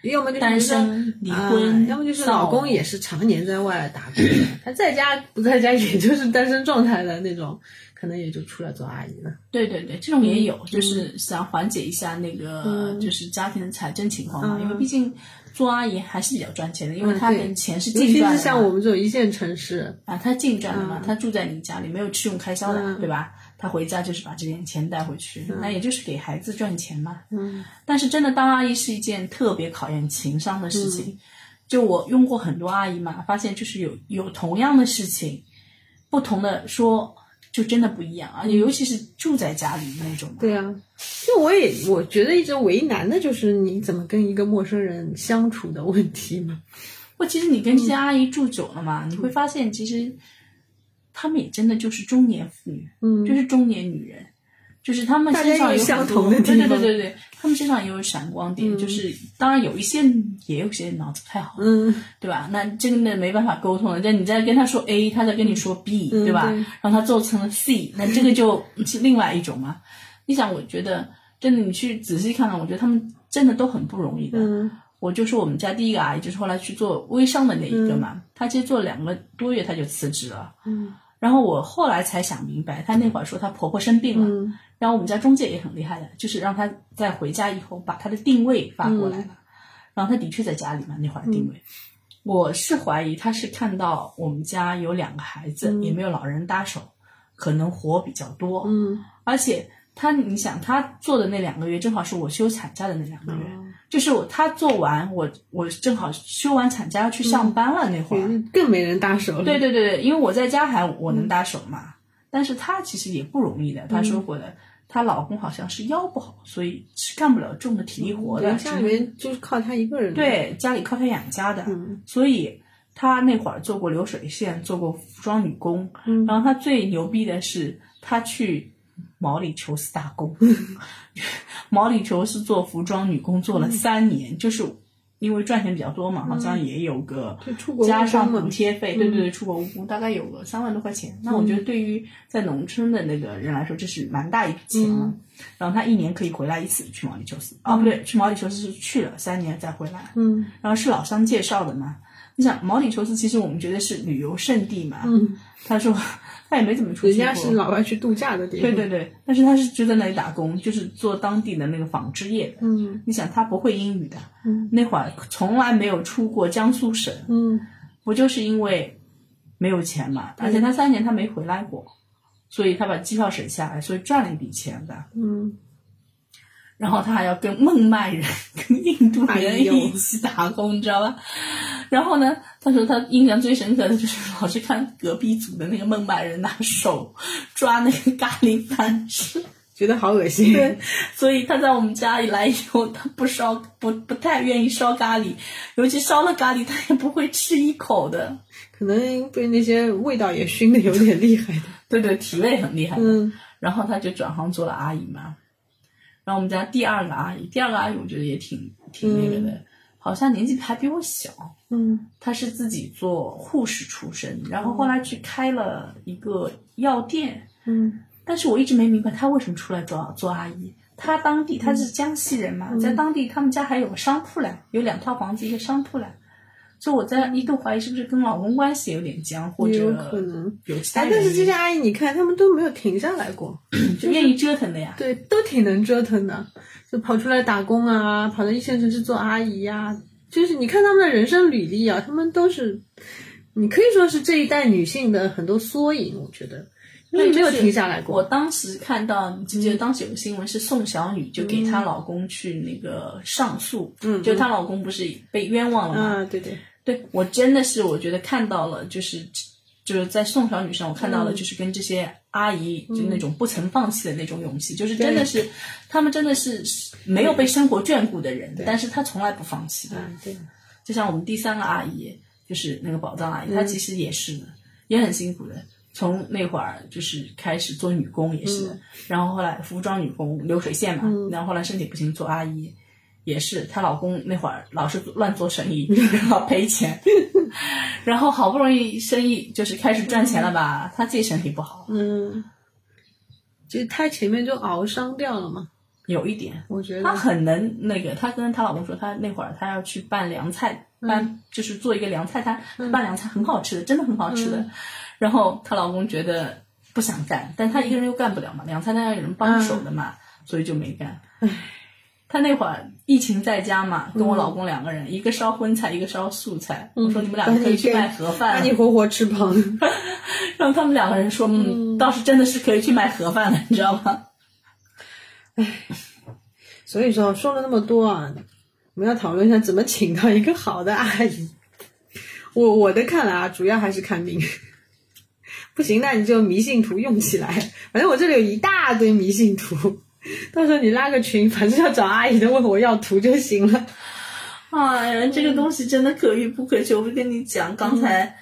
Speaker 3: 要么就是
Speaker 2: 单身、离婚，
Speaker 3: 啊要么就是老公也是常年在外打工的，他在家不在家，也就是单身状态的那种，可能也就出来做阿姨了。
Speaker 2: 对对对，这种也有，就是想缓解一下那个、就是家庭的财政情况嘛，因为毕竟做阿姨还是比较赚钱的，因为
Speaker 3: 嗯
Speaker 2: 她
Speaker 3: 对
Speaker 2: 跟钱是
Speaker 3: 尤
Speaker 2: 净
Speaker 3: 其
Speaker 2: 赚
Speaker 3: 是
Speaker 2: 的，
Speaker 3: 像我们这种一线城市，
Speaker 2: 啊，她净赚的嘛，她住在你家里没有吃用开销的，对吧？她回家就是把这点钱带回去，那也就是给孩子赚钱嘛。
Speaker 3: 嗯，
Speaker 2: 但是真的当阿姨是一件特别考验情商的事情。就我用过很多阿姨嘛，发现就是有有同样的事情，不同的说就真的不一样，而且尤其是住在家里那种嘛。
Speaker 3: 对啊，就我也我觉得一直为难的就是你怎么跟一个陌生人相处的问题嘛。
Speaker 2: 或其实你跟这些阿姨住久了嘛，你会发现其实她们也真的就是中年妇女，
Speaker 3: 嗯
Speaker 2: 就是中年女人，就是她们
Speaker 3: 大家
Speaker 2: 身上
Speaker 3: 有
Speaker 2: 有
Speaker 3: 相
Speaker 2: 很多
Speaker 3: 同的地
Speaker 2: 对对对
Speaker 3: 方
Speaker 2: 对对，她们身上也有闪光点，就是当然有一些也有些脑子不太好，
Speaker 3: 嗯，
Speaker 2: 对吧？那真的没办法沟通了。但你再跟他说 A，他再跟你说 B，、对吧？
Speaker 3: 嗯对
Speaker 2: 然后他做成了 C，那这个就是另外一种嘛。你想，我觉得真的，你去仔细看看，我觉得他们真的都很不容易的。
Speaker 3: 嗯
Speaker 2: 我就是我们家第一个阿姨，就是后来去做微商的那一个嘛，她其实做了两个多月，她就辞职了。
Speaker 3: 嗯
Speaker 2: 然后我后来才想明白，她那会儿说她婆婆生病了，
Speaker 3: 嗯
Speaker 2: 然后我们家中介也很厉害的，就是让她在回家以后把她的定位发过来了。
Speaker 3: 嗯
Speaker 2: 然后她的确在家里嘛，那会儿定位，我是怀疑她是看到我们家有两个孩子，也没有老人搭手，可能活比较多，
Speaker 3: 嗯，
Speaker 2: 而且她，你想她做的那两个月正好是我休产假的那两个月，
Speaker 3: 哦
Speaker 2: 就是我她做完我我正好休完产假要去
Speaker 3: 嗯
Speaker 2: 上班了那会儿，
Speaker 3: 更没人搭手 了。
Speaker 2: 对，对对对，因为我在家还我能搭手嘛，但是她其实也不容易的。她说过的，她老公好像是腰不好，所以是干不了重的体力活的，
Speaker 3: 人嗯家里面就是靠他一个人。，
Speaker 2: 对家里靠她养家的，
Speaker 3: 嗯
Speaker 2: 所以她那会儿做过流水线，做过服装女工，
Speaker 3: 嗯
Speaker 2: 然后她最牛逼的是她去。毛里求斯
Speaker 3: 嗯
Speaker 2: 打工，毛里求斯做服装女工做了三年，就是因为赚钱比较多嘛，好像也有个
Speaker 3: 就嗯出国
Speaker 2: 加上
Speaker 3: 务工
Speaker 2: 补
Speaker 3: 嘛嗯
Speaker 2: 贴费，对对对，出国务工大概有个三万多块钱。那我觉得对于在农村的那个人来说，这是蛮大一笔钱了。
Speaker 3: 嗯
Speaker 2: 然后他一年可以回来一次去毛里求斯，啊不对，去毛里求斯是去了三年再回来，
Speaker 3: 嗯
Speaker 2: 然后是老乡介绍的嘛。你想毛里求斯，其实我们觉得是旅游胜地嘛，
Speaker 3: 嗯，
Speaker 2: 他说 他也没怎么出去
Speaker 3: 人
Speaker 2: 过，
Speaker 3: 家是老外去度假的地方，
Speaker 2: 对对，对，但是他是就在那里打工，就是做当地的那个纺织业的。
Speaker 3: 嗯
Speaker 2: 你想他不会英语的，
Speaker 3: 嗯
Speaker 2: 那会儿从来没有出过江苏省，
Speaker 3: 嗯
Speaker 2: 不就是因为没有钱嘛？而且
Speaker 3: 嗯
Speaker 2: 他三年他没回来过，所以他把机票省下来，所以赚了一笔钱的。
Speaker 3: 嗯，
Speaker 2: 然后他还要跟孟买人、跟印度
Speaker 3: 哎
Speaker 2: 人
Speaker 3: 呦
Speaker 2: 一起打工，你知道吧？然后呢，他说他印象最深刻的就是老是看隔壁组的那个孟买人拿手抓那个咖喱饭吃。
Speaker 3: 觉得好恶心，
Speaker 2: 对，所以他在我们家里来以后，他不烧不不太愿意烧咖喱，尤其烧了咖喱，他也不会吃一口的。
Speaker 3: 可能被那些味道也熏的有点厉害的，
Speaker 2: 对对，体味很厉害。
Speaker 3: 嗯
Speaker 2: 然后他就转行做了阿姨嘛。然后我们家第二个阿姨，第二个阿姨我觉得也挺挺那个的，好像年纪还比我小。
Speaker 3: 嗯
Speaker 2: 她是自己做护士出身，然后后来去开了一个药店。
Speaker 3: 嗯
Speaker 2: 但是我一直没明白她为什么出来做做阿姨。她当
Speaker 3: 嗯
Speaker 2: 地她是江西人嘛，在当地他们家还有个商铺嘞，有两套房子，一个商铺嘞。所以我在一度怀疑是不是跟老公关系有点僵，或
Speaker 3: 也
Speaker 2: 者
Speaker 3: 有可能
Speaker 2: 有其他
Speaker 3: 哎，
Speaker 2: 原
Speaker 3: 但是这
Speaker 2: 因
Speaker 3: 些阿姨，你看他们都没有停下来过，
Speaker 2: 就愿意折腾的呀。
Speaker 3: 对，都挺能折腾的，就跑出来打工啊，跑到一线城市做阿姨呀、就是你看他们的人生履历啊，他们都是，你可以说是这一代女性的很多缩影，我觉得，因为没有停下来
Speaker 2: 我
Speaker 3: 过。嗯
Speaker 2: 当时看到，你记不记得当时有个新闻是宋小女就给她老公去那个上诉，
Speaker 3: 嗯
Speaker 2: 就她老公不是被冤枉了嘛？
Speaker 3: 啊，对对，
Speaker 2: 对我真的是我觉得看到了，就是就是在宋小女上，我看到了就是跟这些阿姨、就那种不曾放弃的那种勇气，就是真的是他们真的是没有被生活眷顾的人，但是她从来不放弃的。
Speaker 3: 啊对，
Speaker 2: 就像我们第三个阿姨，就是那个宝藏阿姨，她其实也是的，也很辛苦的。从那会儿就是开始做女工也是的，然后后来服装女工流水线嘛，然后后来身体不行做阿姨，也是她老公那会儿老是乱做生意，然后赔钱，然后好不容易生意就是开始赚钱了吧，她自己身体不好，
Speaker 3: 嗯，就她前面就熬伤掉了嘛，
Speaker 2: 有一点，
Speaker 3: 我觉
Speaker 2: 她
Speaker 3: 得，
Speaker 2: 很能那个，她跟她老公说，她那会儿她要去拌凉菜，拌、就是做一个凉菜摊，拌凉菜很好吃的，真的很好吃的。然后她老公觉得不想干，但她一个人又干不了嘛，凉菜摊要有人帮手的嘛，所以就没干。她那会儿疫情在家嘛，跟我老公两个人，一个烧荤菜，一个烧素菜。我嗯说你们两个可以去卖盒饭
Speaker 3: 把
Speaker 2: 啊，
Speaker 3: 你活活吃胖。
Speaker 2: 然后他们两个人说，嗯，倒是真的是可以去卖盒饭了，你知道吗？
Speaker 3: 所以说说了那么多啊，我们要讨论一下怎么请到一个好的阿姨。我我的看来啊，主要还是看命。 不行，那你就迷信图用起来。反正我这里有一大堆迷信图，到时候你拉个群，反正要找阿姨的问我要图就行了。
Speaker 2: 哎呀，这个东西真的可遇不可求。我跟你讲，刚才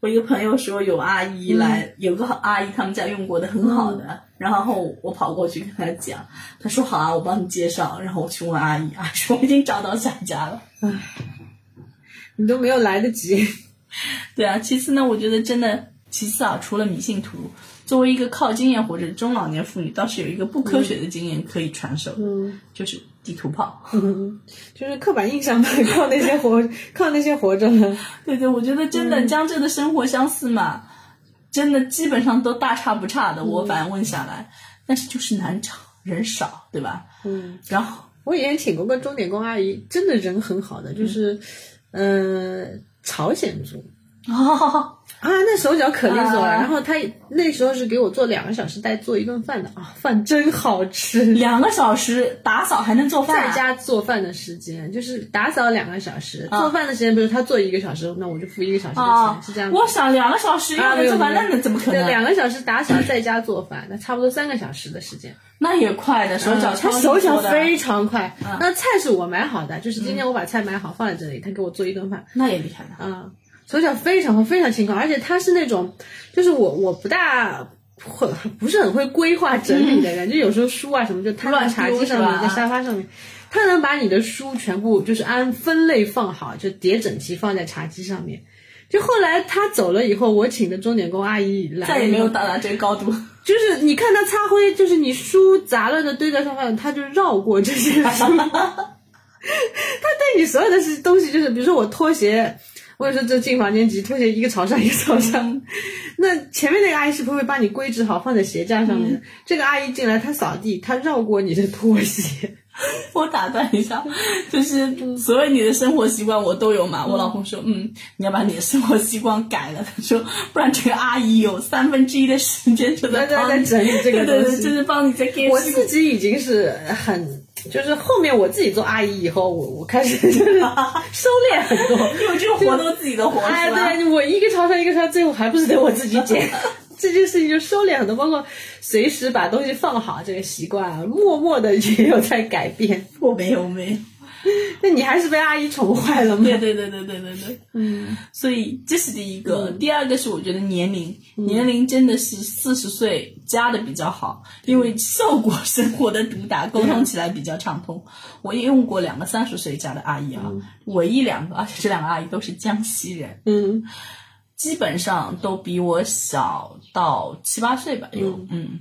Speaker 2: 我一个朋友说有阿姨来，有个阿姨他们家用过的很好的，嗯然后我跑过去跟她讲，她说好啊，我帮你介绍。然后我去问阿姨，阿姨说我已经找到下家了。
Speaker 3: 你都没有来得及，
Speaker 2: 对啊，其次呢，我觉得真的，其次啊，除了迷信图，作为一个靠经验活着的中老年妇女，倒是有一个不科学的经验可以传授，
Speaker 3: 嗯，
Speaker 2: 就是地图炮。
Speaker 3: 就是刻板印象嘛，靠那些活， 靠那些活着了。
Speaker 2: 对对，我觉得真
Speaker 3: 嗯
Speaker 2: 的江浙的生活相似嘛，真的基本上都大差不差
Speaker 3: 嗯
Speaker 2: 的。我反问下来，但是就是难找，人少，对吧？
Speaker 3: 嗯，
Speaker 2: 然后
Speaker 3: 我以前请过个钟点工阿姨，真的人很好的，就是，呃，朝鲜族，
Speaker 2: 哦，
Speaker 3: 啊，那手脚可利索了。
Speaker 2: 啊
Speaker 3: 然后他那时候是给我做两个小时，再做一顿饭的啊，饭真好 吃。
Speaker 2: 两个小时打扫还能做饭、
Speaker 3: 在
Speaker 2: 啊，
Speaker 3: 家做饭的时间就是打扫两个小时，做饭的时间，比如他做一个小时，那我就付一个小时的钱，
Speaker 2: 哦
Speaker 3: 是这样子。
Speaker 2: 我想两个小时又
Speaker 3: 啊，没
Speaker 2: 能
Speaker 3: 有
Speaker 2: 做饭，
Speaker 3: 没
Speaker 2: 那
Speaker 3: 有
Speaker 2: 那怎么可
Speaker 3: 对，两
Speaker 2: 能？
Speaker 3: 个小时打扫，在家做饭，那差不多三个小时的时间。
Speaker 2: 那也快的，手脚
Speaker 3: 嗯他
Speaker 2: 超
Speaker 3: 手
Speaker 2: 灵
Speaker 3: 脚
Speaker 2: 活的
Speaker 3: 非常快。那菜是我买好的，就是今天我把菜买好放在这里，他给我做一顿饭。
Speaker 2: 那也厉害了。
Speaker 3: 啊、手脚非常非常勤快，而且他是那种，就是我我不大会不是很会规划整理的感觉，有时候书啊什么就摊在
Speaker 2: 乱
Speaker 3: 茶
Speaker 2: 丢
Speaker 3: 几上面，
Speaker 2: 是吧
Speaker 3: 在沙发上面，他能把你的书全部就是按分类放好，就叠整齐放在茶几上面。就后来他走了以后，我请的钟点工阿姨来，
Speaker 2: 再也没有到达这个高 度。
Speaker 3: 就是你看他擦灰，就是你书杂乱的堆在沙发上，他就绕过这些书。他对你所有的事东西，就是比如说我拖鞋，我有时候就进房间急，拖鞋一个朝上一个朝
Speaker 2: 嗯
Speaker 3: 上，那前面那个阿姨是不会帮你规置好放在鞋架上面
Speaker 2: 嗯
Speaker 3: 的。这个阿姨进来，她扫地，她绕过你的拖鞋。
Speaker 2: 我打断一 下，就是
Speaker 3: 嗯
Speaker 2: 所有你的生活习惯我都有嘛。我老公说，嗯，你要把你的生活习惯改了。他说，不然这个阿姨有三分之一的时间就 在
Speaker 3: 在在
Speaker 2: 帮
Speaker 3: 在
Speaker 2: 你
Speaker 3: 整理这个
Speaker 2: 对对
Speaker 3: 东
Speaker 2: 对，就
Speaker 3: 西。
Speaker 2: 是帮你在 get
Speaker 3: 我自己已经是很，就是后面我自己做阿姨以后，我我开始就是 收敛很多。
Speaker 2: 因为这个活都自己的活
Speaker 3: 哎，
Speaker 2: 是吧？
Speaker 3: 对我一个朝上一个朝上，最后还不是得我自己捡。 这件事情就收敛很多，包括随时把东西放好这个习惯啊，默默的也有在改变。
Speaker 2: 我没有，我没有。
Speaker 3: 那你还是被阿姨宠坏了吗？
Speaker 2: 对对对对对对对，
Speaker 3: 嗯，
Speaker 2: 所以这是第一个，第二个是我觉得年龄，
Speaker 3: 嗯
Speaker 2: 年龄真的是四十岁加的比较好，因为受过生活的毒打，沟通起来比较畅通。我也用过两个三十岁加的阿姨啊，唯一两个，而且这两个阿姨都是江西人，
Speaker 3: 嗯
Speaker 2: 基本上都比我小到七八岁吧，有嗯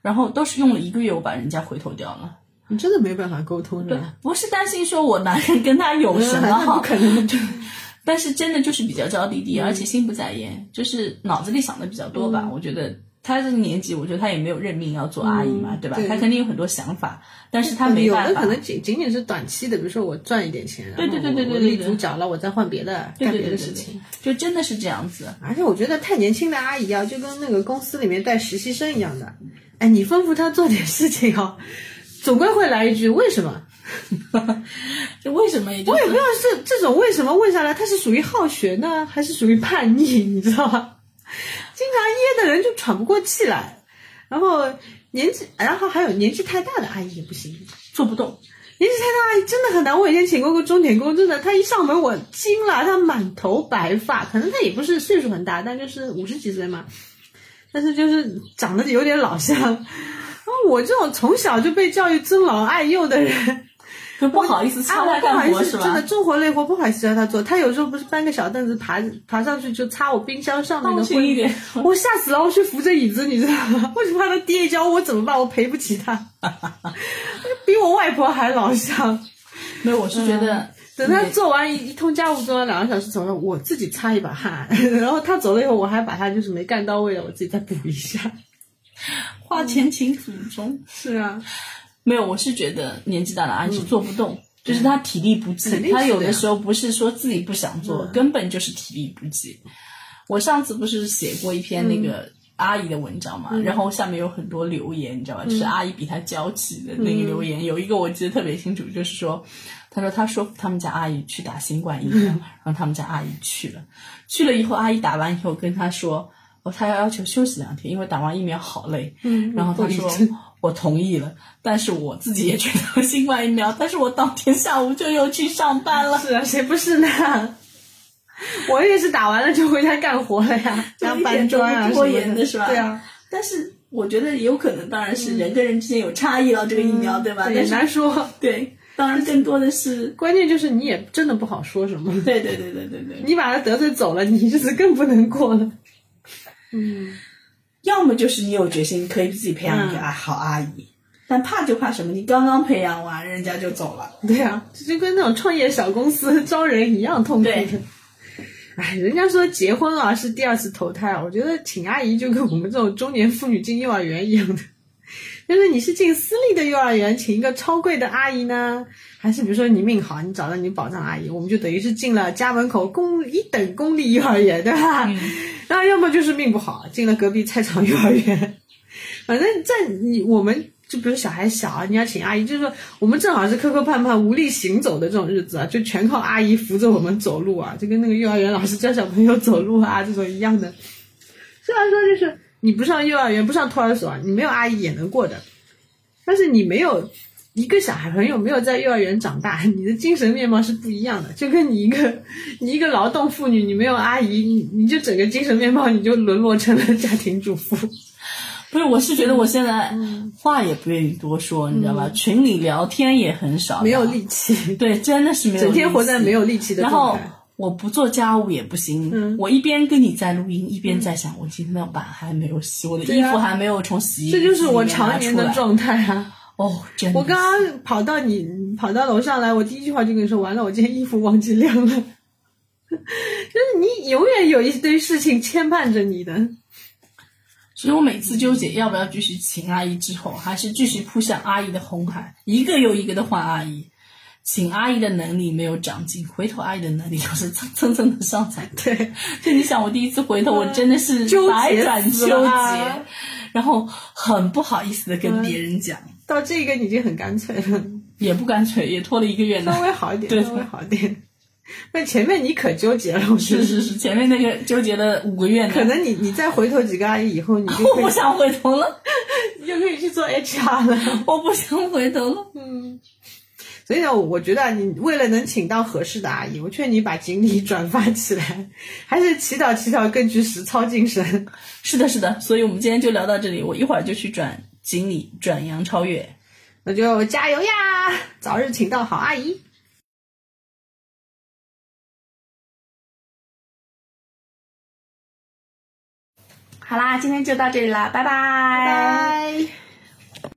Speaker 2: 然后都是用了一个月，我把人家回头掉了。
Speaker 3: 你真的没办法沟通是吧？
Speaker 2: 不是担心说我男人跟他有什么
Speaker 3: 那
Speaker 2: 好
Speaker 3: 嗯不，可 能。
Speaker 2: 但是真的就是比较娇滴
Speaker 3: 嗯
Speaker 2: 滴，而且心不在焉，就是脑子里想的比较多吧。我觉得他这个年纪，我觉得他也没有任命要做阿姨嘛，对吧？
Speaker 3: 嗯对嗯
Speaker 2: 他肯定有很多想法，但是他没
Speaker 3: 有
Speaker 2: 办
Speaker 3: 的
Speaker 2: 法。
Speaker 3: 可能仅仅仅是短期的，比如说我赚一点钱，
Speaker 2: 对对对对
Speaker 3: 然后
Speaker 2: 对
Speaker 3: 我
Speaker 2: 对
Speaker 3: 立
Speaker 2: 对
Speaker 3: 足脚了，我再换别的
Speaker 2: 对
Speaker 3: 干
Speaker 2: 对
Speaker 3: 别
Speaker 2: 对
Speaker 3: 的
Speaker 2: 对
Speaker 3: 事
Speaker 2: 对
Speaker 3: 情。，
Speaker 2: 就真的是这样子。
Speaker 3: 而且我觉得太年轻的阿姨啊，就跟那个公司里面带实习生一样的，哎，你吩咐她做点事情啊， 总归会来一句为什么？
Speaker 2: 就为什么也就
Speaker 3: 我也
Speaker 2: 是
Speaker 3: 不知道这这种为什么问下来，他是属于好学呢，还是属于叛逆？你知道吧？ 经常噎的人就喘不过气来，然后年纪，然后还有年纪太大的阿姨也不行，
Speaker 2: 做不动，
Speaker 3: 年纪太大阿姨真的很难。我以前请过个钟点工，真的，她一上门我惊了，她满头白发，可能她也不是岁数很大，但就是五十几岁嘛，但是就是长得有点老相。然后我这种从小就被教育尊老爱幼的人。
Speaker 2: 就不好意思
Speaker 3: 啊，
Speaker 2: 擦
Speaker 3: 我
Speaker 2: 他
Speaker 3: 不好
Speaker 2: 干
Speaker 3: 意
Speaker 2: 活
Speaker 3: 思，
Speaker 2: 是
Speaker 3: 真
Speaker 2: 吧？
Speaker 3: 的重活累活不好意思让他做。他有时候不是搬个小凳子爬爬上去就擦我冰箱上面的
Speaker 2: 放轻
Speaker 3: 灰，
Speaker 2: 一 点，
Speaker 3: 我吓死了，我去扶着椅子，你知道吗？ 我就怕他跌一跤，我怎么办？我赔不起他， 他就比我外婆还老相。
Speaker 2: 没有，我是觉得
Speaker 3: 嗯等他做完一一通家务，做完两个小时走了，我自己擦一把汗，然后他走了以后，我还把他就是没干到位的，我自己再补一下。
Speaker 2: 花钱请祖宗。
Speaker 3: 是啊，
Speaker 2: 没有，我是觉得年纪大的阿姨做不动，就是她体力不
Speaker 3: 嗯肯定
Speaker 2: 济，
Speaker 3: 是的
Speaker 2: 她
Speaker 3: 呀嗯
Speaker 2: 有的时候不是说自己不想做，根本就是体力不济。我上次不是写过一篇那
Speaker 3: 嗯
Speaker 2: 个阿姨的文章嘛，然后下面有很多留言，你知道吧？
Speaker 3: 嗯
Speaker 2: 就是阿姨比她娇气的那个留言，有一个我记得特别清楚，就是说，她说她说服他们家阿姨去打新冠疫苗，
Speaker 3: 嗯
Speaker 2: 然后他们家阿姨去了，去了以后，阿姨打完以后跟她说。哦，她要要求休息两天，因为打完疫苗好累。嗯，然后她说
Speaker 3: 不理智
Speaker 2: 我同意了，但是我自己也觉得新冠疫苗，但是我当天下午就又去上班了。
Speaker 3: 是啊，谁不是呢？我也是打完了就回家干活了呀，
Speaker 2: 就
Speaker 3: 加
Speaker 2: 一点
Speaker 3: 搬
Speaker 2: 都不
Speaker 3: 砖啊什么
Speaker 2: 拖延的是吧
Speaker 3: 对啊，
Speaker 2: 但是我觉得也有可能，当然是人跟人之间有差异了，这个疫苗嗯对吧？
Speaker 3: 也
Speaker 2: 但是
Speaker 3: 难说。
Speaker 2: 对，当然更多的是，
Speaker 3: 关键就是你也真的不好说什么，
Speaker 2: 对对对对对对，
Speaker 3: 你把他得罪走了，你日子更不能过了。
Speaker 2: 要么就是你有决心可以自己培养一个
Speaker 3: 嗯
Speaker 2: 啊好阿姨，但怕就怕什么？你刚刚培养完，人家就走了。
Speaker 3: 对啊，这就跟那种创业小公司招人一样痛苦
Speaker 2: 对
Speaker 3: 的。哎，人家说结婚啊是第二次投胎啊，我觉得请阿姨就跟我们这种中年妇女进幼儿园一样的，就是你是进私立的幼儿园，请一个超贵的阿姨呢，还是比如说你命好，你找到你保障阿姨，我们就等于是进了家门口公一等公立幼儿园，对吧？然后要么就是命不好，进了隔壁菜场幼儿园。反正在你我们就比如小孩小啊，你要请阿姨，就是说我们正好是磕磕绊绊、无力行走的这种日子啊，就全靠阿姨扶着我们走路啊，就跟那个幼儿园老师教小朋友走路啊这种一样的。 虽然说就是你不上幼儿园、不上托儿所啊，你没有阿姨也能过的，但是你没有。一个小孩朋友没有在幼儿园长大，你的精神面貌是不一样的。就跟你一个 你一个劳动妇女，你没有阿姨，你你就整个精神面貌你就沦落成了家庭主妇。
Speaker 2: 不是，我是觉得我现在话也不愿意多说，你知道吧？群里聊天也很少，
Speaker 3: 没有力气，
Speaker 2: 对，真的是没有力气，
Speaker 3: 整天活在没有力气的
Speaker 2: 然
Speaker 3: 状
Speaker 2: 后
Speaker 3: 态。嗯
Speaker 2: 我不做家务也不行，我一边跟你在录音，一边在想我今天的碗还没有洗，我的
Speaker 3: 对
Speaker 2: 衣
Speaker 3: 啊
Speaker 2: 服还没有从洗衣机
Speaker 3: 这就是我
Speaker 2: 里面拿
Speaker 3: 常年
Speaker 2: 出
Speaker 3: 的
Speaker 2: 来
Speaker 3: 状态啊！
Speaker 2: 哦，真的
Speaker 3: 我
Speaker 2: 是。
Speaker 3: 刚刚跑到你跑到楼上来，我第一句话就跟你说，完了，我今天衣服忘记晾了。 就是你永远有一堆事情牵绊着你的，
Speaker 2: 所以我每次纠结要不要继续请阿姨之后，还是继续扑向阿姨的红海，一个又一个的换阿姨。请阿姨的能力没有长进，回头阿姨的能力又是蹭蹭蹭的上 涨。
Speaker 3: 对，
Speaker 2: 就你想，我第一次回头，我真的是
Speaker 3: 纠结
Speaker 2: 百转
Speaker 3: 死
Speaker 2: 纠
Speaker 3: 了
Speaker 2: 结，然后很不好意思的跟别人讲，
Speaker 3: 到这个你已经很干脆了，
Speaker 2: 也不干脆，也拖了一个月呢
Speaker 3: 稍。微好一
Speaker 2: 对
Speaker 3: 点，稍微好一点。那前面你可纠结了，我觉
Speaker 2: 是
Speaker 3: 得
Speaker 2: 是是，前面那个纠结了五个月呢，
Speaker 3: 可能你你再回头几个阿姨以后，你就
Speaker 2: 我
Speaker 3: 可以
Speaker 2: 不想回头了，
Speaker 3: 你就可以去做 HR 了。
Speaker 2: 我不想回头了。
Speaker 3: 嗯，所以呢，我我觉得啊你为了能请到合适的阿姨，我劝你把锦鲤转发起来，还是祈祷祈祷，更具实操精神。
Speaker 2: 是的，是的，所以我们今天就聊到这里，我一会儿就去转锦鲤，转杨超越。
Speaker 3: 那就加油呀，早日请到好阿姨。
Speaker 1: 好啦，今天就到这里啦，拜拜
Speaker 3: 拜。